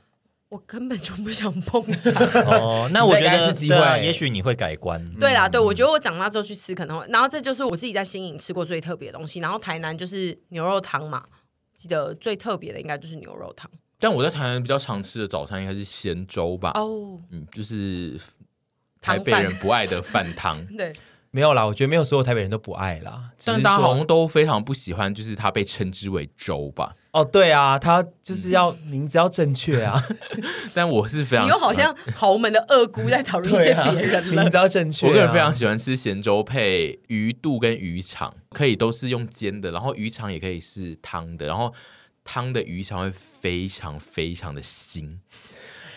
S3: 我根本就不想碰它。
S5: 哦，那我觉
S1: 你再给他一
S5: 得
S1: 次机
S5: 对啊，
S1: 会
S5: 也许你会改观。
S3: 对
S1: 嗯
S3: 啦，对，我觉得我长大之后去吃可能会，然后这就是我自己在新营吃过最特别的东西。然后台南就是牛肉汤嘛，记得最特别的应该就是牛肉汤
S2: 但我在台南比较常吃的早餐应该是咸粥吧，
S3: 哦。
S2: 嗯，就是台
S3: 汤
S2: 北
S3: 饭。
S2: 人不爱的饭汤
S3: 对，
S1: 没有啦，我觉得没有所有台北人都不爱啦，只
S2: 但
S1: 是
S2: 大家好
S1: 说
S2: 像都非常不喜欢，就是它被称之为粥吧。
S1: 哦，对啊，他就是要
S3: 嗯
S1: 名字要正确啊，
S2: 但我是非常
S3: 你
S2: 喜
S3: 又
S2: 欢
S3: 好像豪门的二姑在讨论一
S1: 对
S3: 些
S1: 啊，
S3: 别人
S1: 名
S3: 了
S1: 字。要正确啊。
S2: 我个人非常喜欢吃咸粥配鱼肚跟鱼肠，可以都是用煎的，然后鱼肠也可以是汤的，然后汤的鱼肠会非常非常的腥，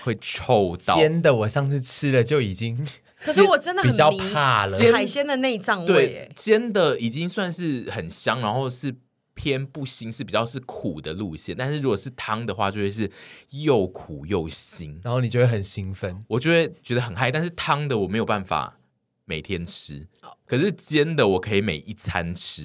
S2: 会臭到。
S1: 煎的，我上次吃了就已经
S3: 可是我真的很
S1: 比较
S3: 迷
S1: 怕了。
S3: 海鲜的内脏味
S2: 对
S3: 耶，，
S2: 煎的已经算是很香，然后是偏不腥，是比较是苦的路线。但是如果是汤的话，就会是又苦又腥，
S1: 然后你就会很兴奋，
S2: 我就会觉得很嗨。但是汤的我没有办法每天吃，可是煎的我可以每一餐吃。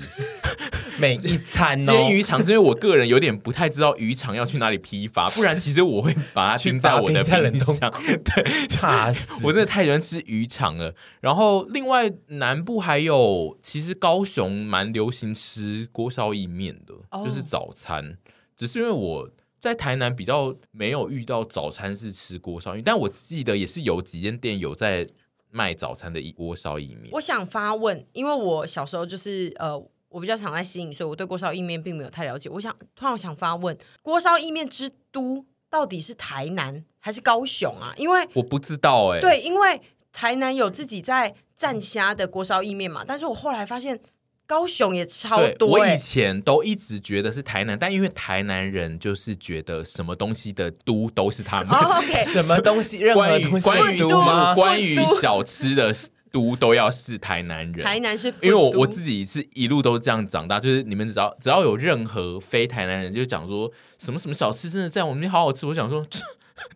S1: 每一餐哦，
S2: 煎鱼肠是因为我个人有点不太知道鱼肠要去哪里批发，不然其实我会把它
S1: 去
S2: 冰在
S1: 把
S2: 我的
S1: 冰在冷
S2: 冰
S1: 冻
S2: 箱。对，
S1: 怕死。
S2: 我真的太喜欢吃鱼肠了。然后另外南部还有，其实高雄蛮流行吃锅烧意面的，
S3: 哦
S2: 就是早餐。只是因为我在台南比较没有遇到早餐是吃锅烧意面，但我记得也是有几间店有在卖早餐的一锅烧意面。
S3: 我想发问，因为我小时候就是呃，我比较常在吸引，所以我对锅烧意面并没有太了解。我想突然我想发问，锅烧意面之都到底是台南还是高雄啊？因为
S2: 我不知道哎、
S3: 对，因为台南有自己在蘸虾的锅烧意面嘛，但是我后来发现高雄也超
S2: 对，
S3: 多、
S2: 我以
S3: 欸。
S2: 前都一直觉得是台南，但因为台南人就是觉得什么东西的都都是他们。
S3: 哦 OK，
S1: 什么东西， 任何
S2: 关于
S1: 东西
S2: 关于
S1: 都
S2: 食
S3: 都
S1: 吗
S2: 物、？关于
S3: 都
S2: 小吃的都都要是台南人。
S3: 台南是
S2: 因为我
S3: 副都
S2: 我自己是一路都是这样长大，就是你们只要只要有任何非台南人就讲说什么什么小吃真的在我们那边好好吃，我想说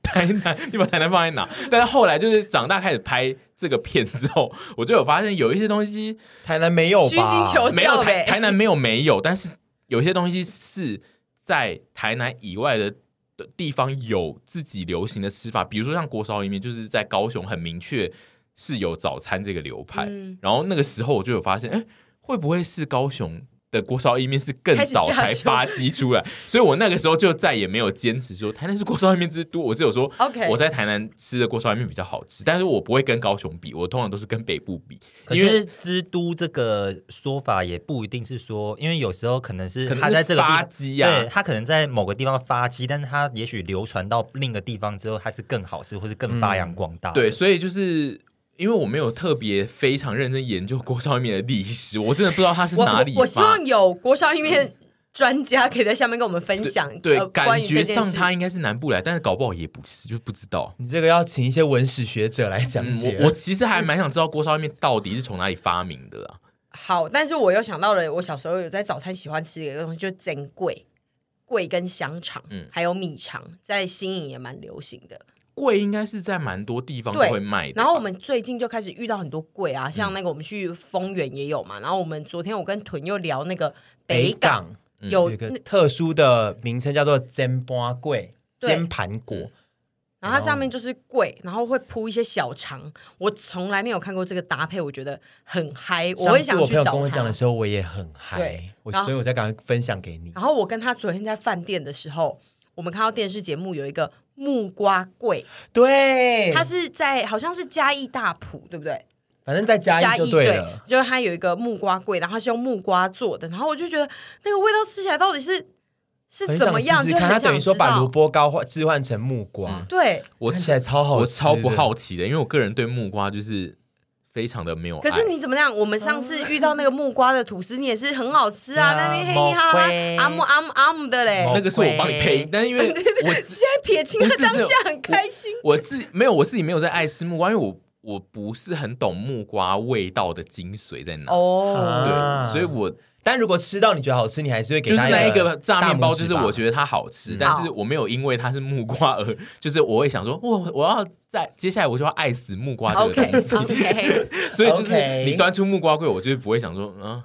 S2: 台南，你把台南放在哪？但是后来就是长大开始拍这个片之后，我就有发现有一些东西
S1: 台南没有吧？
S3: 虚心求
S2: 没有
S3: 教
S2: 台
S3: 呗。
S2: 台南没有没有，但是有些东西是在台南以外的的地方有自己流行的吃法，比如说像锅烧意面，就是在高雄很明确是有早餐这个流派。
S3: 嗯
S2: 然后那个时候我就有发现，哎，会不会是高雄？的锅烧意面是更早才
S3: 开始下修
S2: 发迹出来， 所以我那个时候就再也没有坚持说台南是锅烧意面之都。我只有说
S3: OK
S2: 我在台南吃的锅烧意面比较好吃，但是我不会跟高雄比，我通常都是跟北部比，
S5: 可
S2: 因为
S5: 是“之都”这个说法也不一定是说，因为有时候可能是
S2: 可能
S5: 他
S2: 是
S5: 在这个地
S2: 发
S5: 方
S2: 迹啊
S5: 对他可能在某个地方发迹，但是他也许流传到另一个地方之后，它是更好吃，或是更发扬光大。
S2: 嗯对，，所以就是因为我没有特别非常认真研究锅烧意面的历史，我真的不知道它是
S3: 我
S2: 哪
S3: 我
S2: 里
S3: 我希
S2: 发嗯
S3: 望有锅烧意面专家可以在下面跟我们分享，
S2: 对，
S3: 呃、关
S2: 感
S3: 于
S2: 觉
S3: 这件
S2: 上
S3: 事。
S2: 它应该是南部来，但是搞不好也不是，就不知道。
S1: 你这个要请一些文史学者来讲
S2: 嗯
S1: 解。
S2: 我我其实还蛮想知道锅烧意面到底是从哪里发明的啊啦。
S3: 好，但是我又想到了，我小时候有在早餐喜欢吃的一个东西，就是珍贵。桂跟香肠，
S2: 嗯
S3: 还有米肠，在新颖也蛮流行的。
S2: 贵应该是在蛮多地方都
S3: 对
S2: 会卖的吧。
S3: 然后我们最近就开始遇到很多贵
S1: 嗯
S3: 啊，像那个我们去丰原也有嘛。然后我们昨天我跟屯又聊那个
S1: 北
S3: 港
S1: 港嗯有
S3: 有
S1: 一个
S3: 那，
S1: 特殊的名称叫做煎盘粿、
S3: 对
S1: 煎盘果，
S3: 然后它上面就是贵，然后会铺一些小肠。我从来没有看过这个搭配，我觉得很嗨，我会
S1: 上
S3: 想
S1: 次我
S3: 去
S1: 朋友
S3: 找
S1: 跟我讲
S3: 他
S1: 的。时候，我也很嗨
S3: 对，
S1: 我
S3: 然后
S1: 所以我才赶快分享给你。
S3: 然后我跟他昨天在饭店的时候，我们看到电视节目有一个木瓜贵，
S1: 对，
S3: 它是在好像是嘉义大埔，对不对？
S1: 反正在
S3: 嘉
S1: 家就
S3: 义
S1: 对
S3: 对
S1: 了，，
S3: 就是它有一个木瓜柜，然后它是用木瓜做的，然后我就觉得那个味道吃起来到底是是
S1: 很
S3: 怎么
S1: 想
S3: 样，
S1: 试试
S3: 就
S1: 看。他
S3: 很想
S1: 等于说
S3: 知
S1: 把
S3: 道嗯
S1: 萝卜糕换置换成木瓜，
S3: 对，
S2: 我
S1: 看
S2: 吃
S1: 起来超好吃，
S2: 我超不。好奇的，因为我个人对木瓜就是非常的没有爱。
S3: 可是你怎么样？我们上次遇到那个木瓜的吐司，你也是很好吃 啊，
S5: 对啊
S3: 那边嘿嘿哈哈
S5: 魔鬼
S3: 阿姆阿姆阿姆的嘞，
S5: 魔
S2: 那个是我帮你配音，但是 因为我自
S3: 现在撇清了
S2: 不是
S3: 当
S2: 是
S3: 下很开心。
S2: 我自没有我自己没有在爱吃木瓜，因为我我不是很懂木瓜味道的精髓在哪。
S3: 哦，
S1: 啊
S2: 对，所以我
S1: 但如果吃到你觉得好吃，你还是会给
S2: 就是
S1: 他
S2: 那一个炸
S1: 大拇
S2: 面包，
S1: 指
S2: 就是
S1: 吧嗯
S2: 我觉得它好吃，但是我没有因为它是木瓜而，就是我会想说，哇，我要在接下来我就要爱死木瓜这个
S3: OK
S2: 东西，
S3: OK，
S2: 所以就是
S1: OK
S2: 你端出木瓜桂，我就是不会想说，嗯，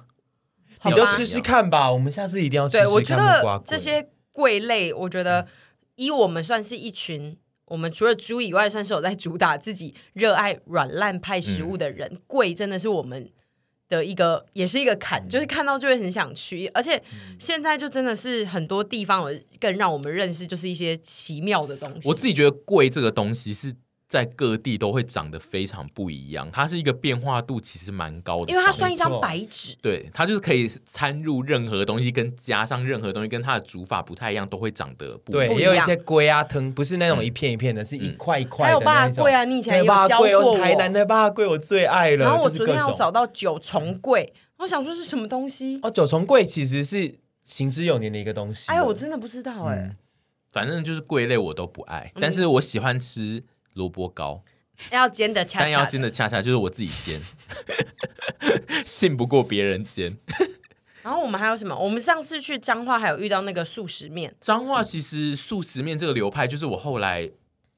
S3: 好
S1: 你
S3: 吧
S1: 就吃吃看吧。我们下次一定要吃吃
S3: 对，
S1: 看
S3: 我觉
S1: 木瓜嗯
S3: 得
S1: 粿
S3: 这些贵类，我觉得依我们算是一群，我们除了猪以外，算是有在主打自己热爱软烂派食
S1: 嗯
S3: 物的人。贵、真的是我们的一个，也是一个坎，
S1: 嗯
S3: 就是看到就会很想去。而且现在就真的是很多地方有更让我们认识，就是一些奇妙的东西。
S2: 我自己觉得贵这个东西是在各地都会长得非常不一样，它是一个变化度其实蛮高的商品，
S3: 因为它算一
S1: 没
S3: 张
S1: 错
S3: 白纸，
S2: 对它就是可以掺入任何东西，跟加上任何东西，跟它的煮法不太一样，都会长得不一
S1: 对，
S3: 不
S2: 样
S1: 也
S3: 一
S1: 有一
S3: 样
S1: 些龟啊藤，不是那
S2: 嗯
S1: 种一片一片的，是一块一块
S3: 还有
S1: 的那
S3: 霸
S1: 一种。
S3: 贵啊，你以
S1: 以
S3: 前也有教过我。
S1: 台南的八贵我最爱了，
S3: 然后
S1: 就
S3: 我
S1: 是
S3: 昨天
S1: 各
S3: 要
S1: 种嗯
S3: 找到九重柜，我想说是什么东西？
S1: 哦，九重柜其实是行之有年的一个东西。
S3: 哎，我真的不知道哎、
S1: 嗯
S2: 反正就是贵类我都不爱，但是
S3: 嗯
S2: 我喜欢吃萝卜糕，
S3: 哎要煎的恰恰
S2: 但
S3: 的，
S2: 要煎的恰恰就是我自己煎， 信不过别人煎。
S3: 然后我们还有什么？我们上次去彰化还有遇到那个素食面，
S2: 彰化其实素食面这个流派，就是我后来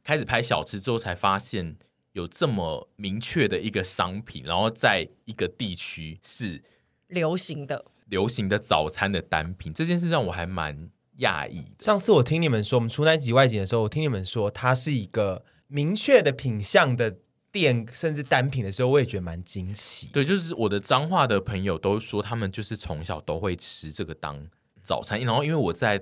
S2: 开始拍小吃之后才发现有这么明确的一个商品，然后在一个地区是
S3: 流行的
S2: 流行的早餐的单品，这件事让我还蛮讶异的。
S1: 上次我听你们说，我们出那集外景的时候，我听你们说它是一个明确的品相的店，甚至单品的时候，我也觉得蛮惊奇。
S2: 对，就是我的彰化的朋友都说，他们就是从小都会吃这个当早餐，然后因为我在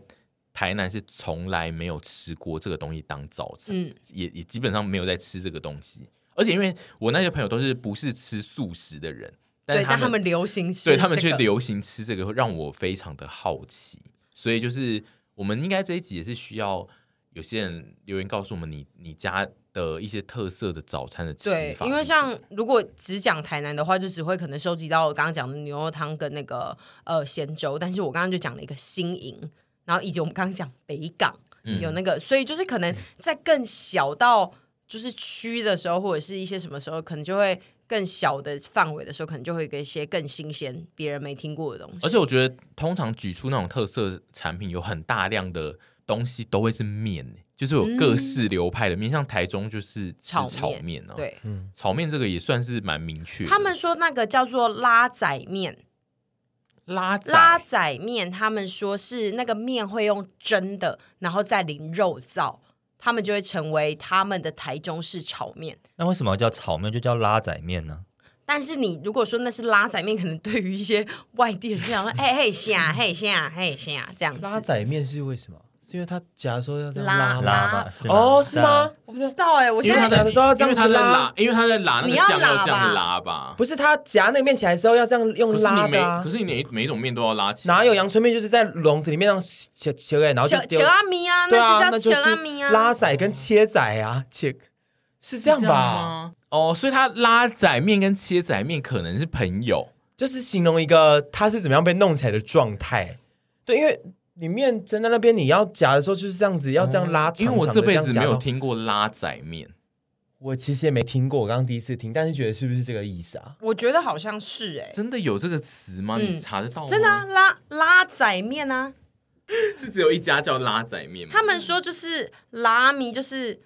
S2: 台南是从来没有吃过这个东西当早餐，
S3: 嗯
S2: 也也基本上没有在吃这个东西。而且因为我那些朋友都是不是吃素食的人，但是
S3: 对，但他
S2: 他们
S3: 们流行是、这
S2: 对
S3: 个，
S2: 他们却流行吃这个，会让我非常的好奇。所以就是我们应该这一集也是需要有些人留言告诉我们你你家的一些特色的早餐的吃法是
S3: 对
S2: 什，么。
S3: 因为像如果只讲台南的话，就只会可能收集到我刚刚讲的牛肉汤跟那个呃咸粥，但是我刚刚就讲了一个新营，然后以及我们刚刚讲北港、
S2: 嗯
S3: 有那个，所以就是可能在更小到就是区的时候，或者是一些什么时候，可能就会更小的范围的时候，可能就会有一些更新鲜、别人没听过的东西。
S2: 而且我觉得通常举出那种特色产品，有很大量的东西都会是面、欸就是有各式流派的面，像台中就是吃
S3: 嗯炒
S2: 炒
S3: 面
S2: 面啊，，
S3: 对，
S2: 炒面这个也算是蛮明确的。
S3: 他们说那个叫做拉仔面，
S2: 拉仔
S3: 拉仔面，他们说是那个面会用蒸的，然后再淋肉燥，他们就会成为他们的台中式炒面。
S5: 那为什么叫炒面就叫拉仔面呢？
S3: 但是你如果说那是拉仔面，可能对于一些外地人就想说，嘿嘿下，嘿下，嘿下这样
S1: 拉
S3: 子。
S1: 仔面是为什么？是因为他假如说要这样
S3: 拉
S1: 拉吗
S5: 拉嘛是吗
S1: 哦，是？
S5: 啊
S1: 吗？
S3: 我不知道哎、我
S2: 因
S3: 现
S2: 为他
S3: 在
S1: 在
S2: 在
S1: 想说要这
S2: 因
S1: 样
S2: 为
S1: 子
S2: 他在
S1: 拉
S2: 拉，因为他在拉那
S3: 你
S2: 个
S3: 要
S2: 酱
S3: 拉吧
S2: 料这样拉吧。
S1: 不是他夹那个面起来的时候要这样
S2: 可
S1: 用
S2: 是
S1: 拉
S2: 你每
S1: 的、啊
S2: 可，是你每每一种面都要拉起来，
S1: 哪有阳春面就是在笼子里面让切切开，然后就
S3: 球
S1: 丢
S3: 球。阿米啊，
S1: 对啊，
S3: 那
S1: 那就
S3: 就叫球阿
S1: 是
S3: 米啊，
S1: 拉仔跟切仔啊，切是这样
S2: 是
S1: 吧？
S2: 吗？哦，所以他拉仔面跟切仔面可能是朋友，
S1: 就是形容一个它是怎么样被弄起来的状态。对，因为里面蒸在那边，你要夹的时候就是这样子，要这样拉长
S2: 嗯因
S1: 长
S2: 为
S1: 的
S2: 我这辈子
S1: 样夹
S2: 没有
S1: 到
S2: 听过拉仔面。
S1: 我其实也没听过，我刚刚第一次听，但是觉得是不是这个意思啊？
S3: 我觉得好像是哎、
S2: 真的有这个词吗？
S3: 嗯
S2: 你查得到吗？
S3: 真的啊，拉拉仔面啊，
S2: 是只有一家叫拉仔面吗？
S3: 他们说就是拉米就是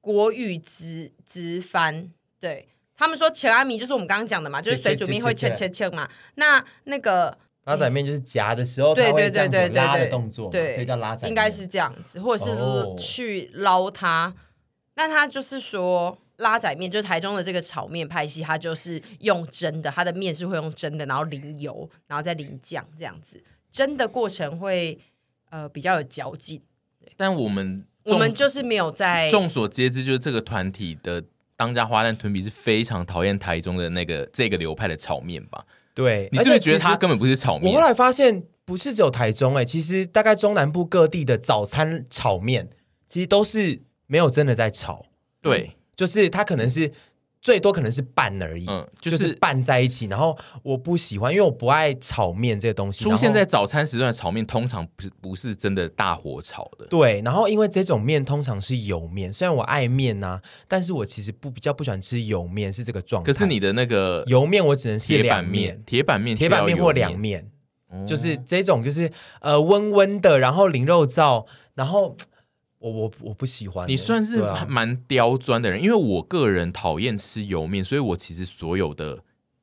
S3: 国语直直翻，对他们说切拉米就是我们刚刚讲的嘛，就是水煮面会切切切嘛。那那个
S1: 拉仔面就是夹的时候，
S3: 对
S1: 它会这
S3: 对对
S1: 样子
S3: 对
S1: 有
S3: 对
S1: 拉的
S3: 对
S1: 动作嘛，
S3: 对
S1: 所以叫拉仔面，
S3: 应该是这样子，或者
S1: 哦
S3: 是去捞它。那他就是说拉仔面，就是台中的这个炒面派系，它就是用蒸的，它的面是会用蒸的，然后淋油，然后再淋酱这样子。蒸的过程会呃比较有嚼劲，
S2: 但我们
S3: 我们
S2: 众
S3: 就是没有在
S2: 众所皆知，就是这个团体的当家花旦屯比是非常讨厌台中的那个这个流派的炒面吧？
S1: 对。
S2: 你是不
S1: 而
S2: 是
S1: 且
S2: 觉得
S1: 其实
S2: 它根本不是炒
S1: 我
S2: 面
S1: 后？来发现，不是只有台中哎、欸，其实大概中南部各地的早餐炒面，其实都是没有真的在炒，
S2: 对，
S1: 就是它可能是最多可能是拌而已，
S2: 嗯，
S1: 就
S2: 就是是
S1: 拌在一起。然后我不喜欢，因为我不爱炒面这个东西。
S2: 出现
S1: 然后
S2: 在早餐时段的炒面，通常不是不是真的大火炒的。
S1: 对，然后因为这种面通常是油面，虽然我爱面呐、但是我其实不比较不喜欢吃油面，是这个状态。
S2: 可是你的那个
S1: 油面我只能是
S2: 铁板
S1: 两
S2: 面，，铁板面，
S1: 铁板面或
S2: 两
S1: 两，面，
S2: 哦
S1: 就是这种就是呃温温的，然后淋肉燥，然后我我我不喜欢欸。
S2: 你算是
S1: 对啊
S2: 蛮刁钻的人，因为我个人讨厌吃油面，所以我其实所有的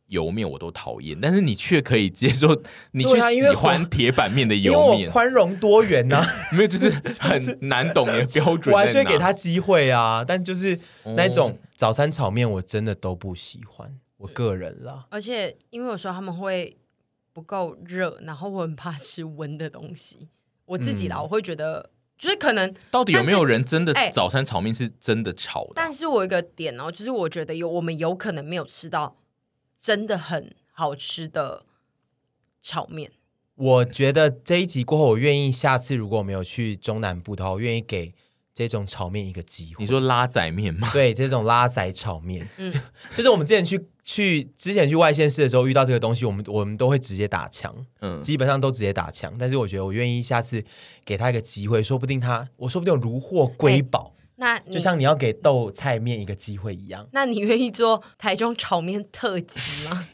S2: 油面我都讨厌，但是你却可以接受，你却
S1: 对啊因为
S2: 喜
S1: 我
S2: 欢铁板面的
S1: 因为
S2: 油
S1: 我
S2: 面，
S1: 宽容多元啊呐、
S2: 没有就是 很难懂你的标准在
S1: 我
S2: 哪。
S1: 还是会给他机会啊。但就是
S2: 哦
S1: 那种早餐炒面，我真的都不喜欢，我个人啦。
S3: 而且因为有时候他们会不够热，然后我很怕吃温的东西。我自己啦，
S1: 嗯
S3: 我会觉得就是可能，
S2: 到底有没有人真的
S3: 但是哎
S2: 早餐炒面是真的炒的啊？
S3: 但是我有一个点哦，就是我觉得有我们有可能没有吃到真的很好吃的炒面。
S1: 我觉得这一集过后，我愿意下次如果我没有去中南部的话，我愿意给这种炒面一个机会。
S2: 你说拉仔面吗？
S1: 对这种拉仔炒面，嗯
S3: 嗯，
S1: 就是我们之前去去之前去外县市的时候遇到这个东西，我们我们都会直接打枪，
S2: 嗯，
S1: 基本上都直接打枪。但是我觉得我愿意下次给他一个机会，说不定他我说不定我如
S2: 哎
S1: 获瑰宝，
S3: 那
S2: 嗯
S1: 就
S3: 你
S1: 像你要给豆菜面一个机会一样。
S3: 那你愿意做台中炒面特辑吗？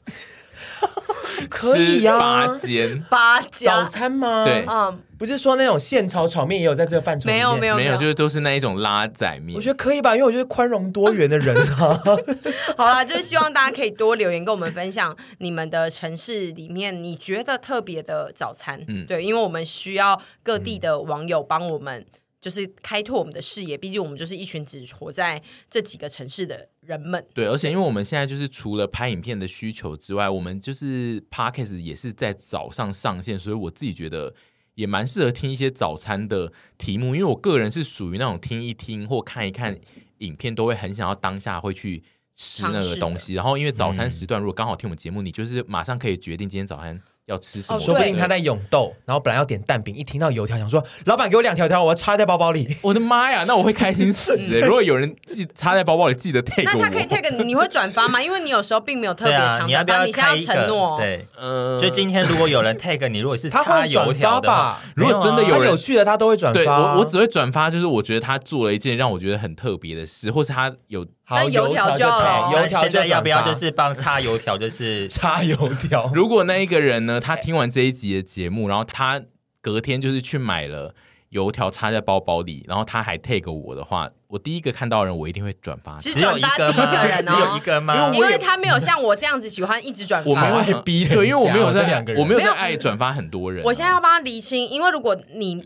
S1: 可以啊呀
S2: 八间
S3: 八
S1: 早
S3: 家，
S1: 餐吗？
S2: 对
S3: 嗯，
S1: 不是说那种现炒炒面也有在这个范畴里
S3: 没
S1: 面
S3: 有没有
S2: 没有，就是都是那一种拉仔面。
S1: 我觉得可以吧，因为我就是宽容多元的人啊。
S3: 好啦，就是希望大家可以多留言跟我们分享你们的城市里面你觉得特别的早餐。
S2: 嗯
S3: 对，因为我们需要各地的网友帮我们，就是开拓我们的视野。毕竟我们就是一群只活在这几个城市的人们。
S2: 对，而且因为我们现在就是除了拍影片的需求之外，我们就是 podcast 也是在早上上线，所以我自己觉得也蛮适合听一些早餐的题目，因为我个人是属于那种听一听或看一看影片都会很想要当下会去吃那
S3: 尝
S2: 个
S3: 试
S2: 东
S3: 的
S2: 西，然后因为早餐
S1: 嗯
S2: 时段如果刚好听我们节目，你就是马上可以决定今天早餐要吃什么，
S3: 哦
S1: 说不
S3: 对
S1: 定他在永豆，然后本来要点蛋饼，一听到油条，想说老板给我两条油条，我要插在包包里。
S2: 我的妈呀，那我会开心 死、欸！如果有人记插在包包里，记得 take
S3: 那他可以
S2: 我。
S3: take 你，你会转发吗？因为你有时候并没有特
S5: 对
S3: 别
S5: 啊，
S3: 强
S5: 你要
S3: 转
S5: 不
S3: 发，
S5: 要
S3: 你现在
S5: 开
S3: 要承
S5: 一
S3: 诺
S5: 个？
S3: 哦。
S5: 对，
S2: 嗯
S5: 就今天如果有人 tag 你，如果 是
S1: 他
S5: 插
S1: 会
S5: 油
S1: 转
S5: 条
S1: 发
S5: 的话
S1: 吧，？
S2: 如果真的
S1: 他
S2: 有人
S1: 有趣的，他都会转
S2: 对
S1: 发啊。
S2: 我，我只会转发，就是我觉得他做了一件让我觉得很特别的事，或是他有
S1: 好
S3: 但油条
S1: 条
S3: 就
S1: 转
S3: 好
S1: 油条
S5: 现
S1: 就
S5: 在要不要
S1: 哦转发
S5: 就是帮插油条， 就是
S1: 插油条？
S2: 如果那一个人呢，他听完这一集的节目，然后他隔天就是去买了油条插在包包里，然后他还 take 我的话，我第一个看到的人，我一定会转发。
S3: 只
S5: 只
S3: 转
S5: 有一
S3: 发第
S5: 个
S3: 一
S5: 吗？
S3: 个人
S5: 只有
S3: 哦
S5: 一，个吗？
S3: 因为他没有像我这样子喜欢一直转发。
S2: 我没有
S1: 还
S2: 想
S1: 逼人家
S2: 啊嗯对，因为我没有
S1: 这
S2: 在
S1: 两个，人
S2: 我没有
S3: 没
S2: 在
S3: 有
S2: 爱转发很多人啊。
S3: 我现在要帮他厘清，因为如果你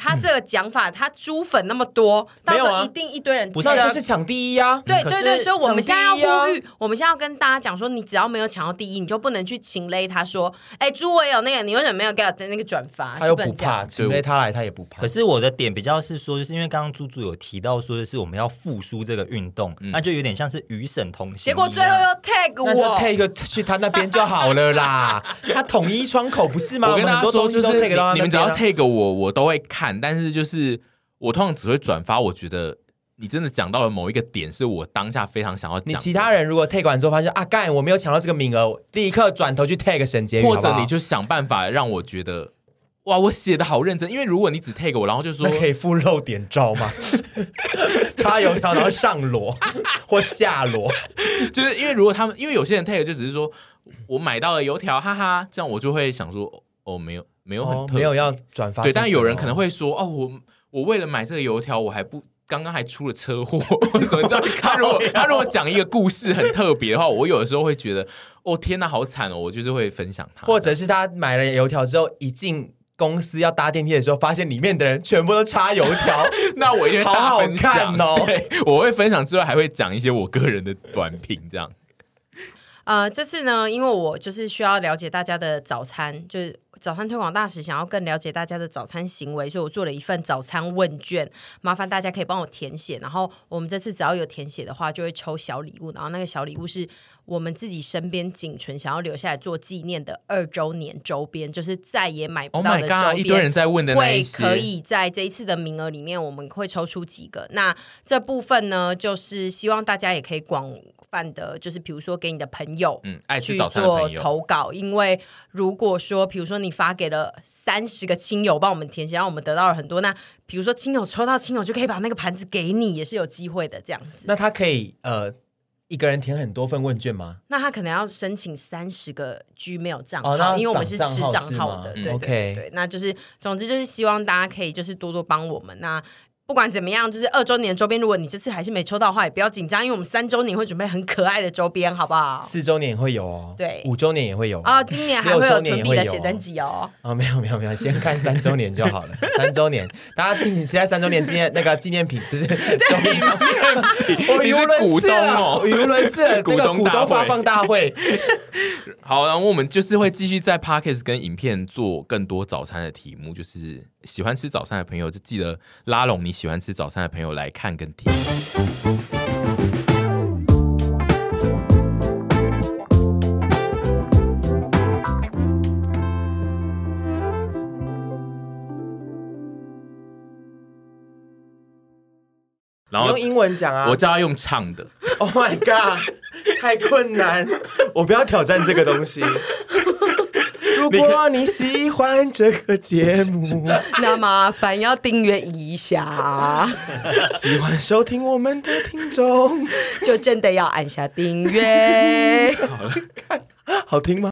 S3: 他这个讲法，他猪粉那么多，到时
S1: 没有啊
S3: 候一定一堆人
S5: 不是
S3: 知
S1: 那
S3: 道
S5: 啊
S1: 就是抢第一呀。
S3: 对
S5: 可
S3: 对
S5: 是
S3: 对，所以我们现在要
S1: 抢第一啊
S3: 呼吁，我们现在要跟大家讲说，你只要没有抢到第一，你就不能去情勒他说，哎，猪我也有那个，你为什么没有给我那个转发？
S1: 他又
S3: 就
S1: 不
S3: 能这样
S1: 怕，因为他来他也不怕
S5: 可。是我的点比较是说，就是因为刚刚猪猪有提到说，是我们要复苏这个运动，那就有点像是与省同行一
S3: 嗯结
S5: 样。
S3: 果最后又 tag
S1: 那就
S3: 我，
S1: take 个去他那边就好了 啦。他统一窗口不是吗？
S2: 我跟
S1: 们
S2: 大
S1: 很
S2: 家
S1: 多
S2: 说，
S1: 东
S2: 就
S1: 西都
S2: 是
S1: take 到他那边啊
S2: 你你们只要 take 我，我都会看，但是就是我通常只会转发。我觉得你真的讲到了某一个点，是我当下非常想要讲
S1: 你
S2: 的。
S1: 其他人如果 take 完之后发现啊，干我没有抢到这个名额，立刻转头去 take 沈杰宇，
S2: 或
S1: 好不
S2: 者
S1: 好
S2: 你就想办法让我觉得，哇，我写的好认真。因为如果你只 take 我，然后就 说
S1: 那可以附露点照 吗？插油条然后上裸或下裸，
S2: 就是因为如果他们，因为有些人 take 就只是说我买到了油条，哈哈，这样我就会想说，哦，没有，没有很特
S1: 哦
S2: 别、
S1: 没有要转发
S2: 对，
S1: 这种哦，
S2: 但有人可能会说，哦，我我为了买这个油条，我还不。刚刚还出了车祸， 所以你知道他如 果他如果讲一个故事很特别的话，我有的时候会觉得，哦天哪，好惨哦！我就是会分享他，
S1: 或者是他买了油条之后，一进公司要搭电梯的时候，发现里面的人全部都插油条，
S2: 那我一定会大分享
S1: 好好看哦
S2: 对，我会分享之外，还会讲一些我个人的短评，这样。
S3: 呃，这次呢，因为我就是需要了解大家的早餐，就是早餐推广大使想要更了解大家的早餐行为，所以我做了一份早餐问卷，麻烦大家可以帮我填写。然后我们这次只要有填写的话，就会抽小礼物，然后那个小礼物是我们自己身边仅存想要留下来做纪念的二周年周边，就是再也买不
S2: Oh
S3: 到
S2: my
S3: 的周边。
S2: god！一堆人在问的那一
S3: 会
S2: 些，
S3: 可以在这一次的名额里面，我们会抽出几个。那这部分呢，就是希望大家也可以广泛的，就是比如说给你的朋友。
S2: 嗯，爱吃
S3: 去
S2: 早餐的
S3: 做
S2: 朋友，
S3: 投稿，因为如果说，比如说你发给了三十个亲友帮我们填写，让我们得到了很多，那比如说亲友抽到亲友就可以把那个盘子给你，也是有机会的这样子。
S1: 那他可以呃一个人填很多份问卷吗？
S3: 那他可能要申请三十个 Gmail 账号，
S1: 哦那
S3: 因为我们是吃
S1: 档
S3: 账
S1: 账号
S3: 号
S1: 是吗
S3: 的，
S1: 嗯
S3: 对对
S1: OK
S3: 对对那就是总之就是希望大家可以就是多多帮我们那。不管怎么样，就是二周年周边，如果你这次还是没抽到的话，也不要紧张，因为我们三周年会准备很可爱的周边，好不好？
S1: 四周年也会有哦，
S3: 对
S1: 五周年也会有哦
S3: 啊、今年还
S1: 六
S3: 会
S1: 周
S3: 有
S1: 年也
S3: 囤
S1: 会
S3: 笔的
S1: 有
S3: 写真集哦。
S1: 啊、没有没有没有，先看三周年就好了。三周年，大家敬请期待三周年纪念那个纪念品，不 是周年我
S2: 你
S1: 语
S2: 是
S1: 无伦
S2: 股
S1: 次
S2: 东
S1: 了
S2: 哦
S1: 我语无伦次了，
S2: 股
S1: 那个
S2: 东
S1: 股
S2: 大
S1: 东发
S2: 会
S1: 放大 会，
S2: 好，然后我们就是会继续在 podcast 跟影片做更多早餐的题目，就是喜欢吃早餐的朋友就记得拉拢你喜欢吃早餐的朋友来看跟听。然
S1: 你
S2: 后
S1: 用英文讲啊。
S2: 我叫他用唱的，
S1: Oh my god，太困难，我不要挑战这个东 西。如果你喜欢这个节目，
S3: 那麻烦要订阅一 下，
S1: 喜欢收听我们的听众，
S3: 就真的要按下订阅。
S1: 好听吗？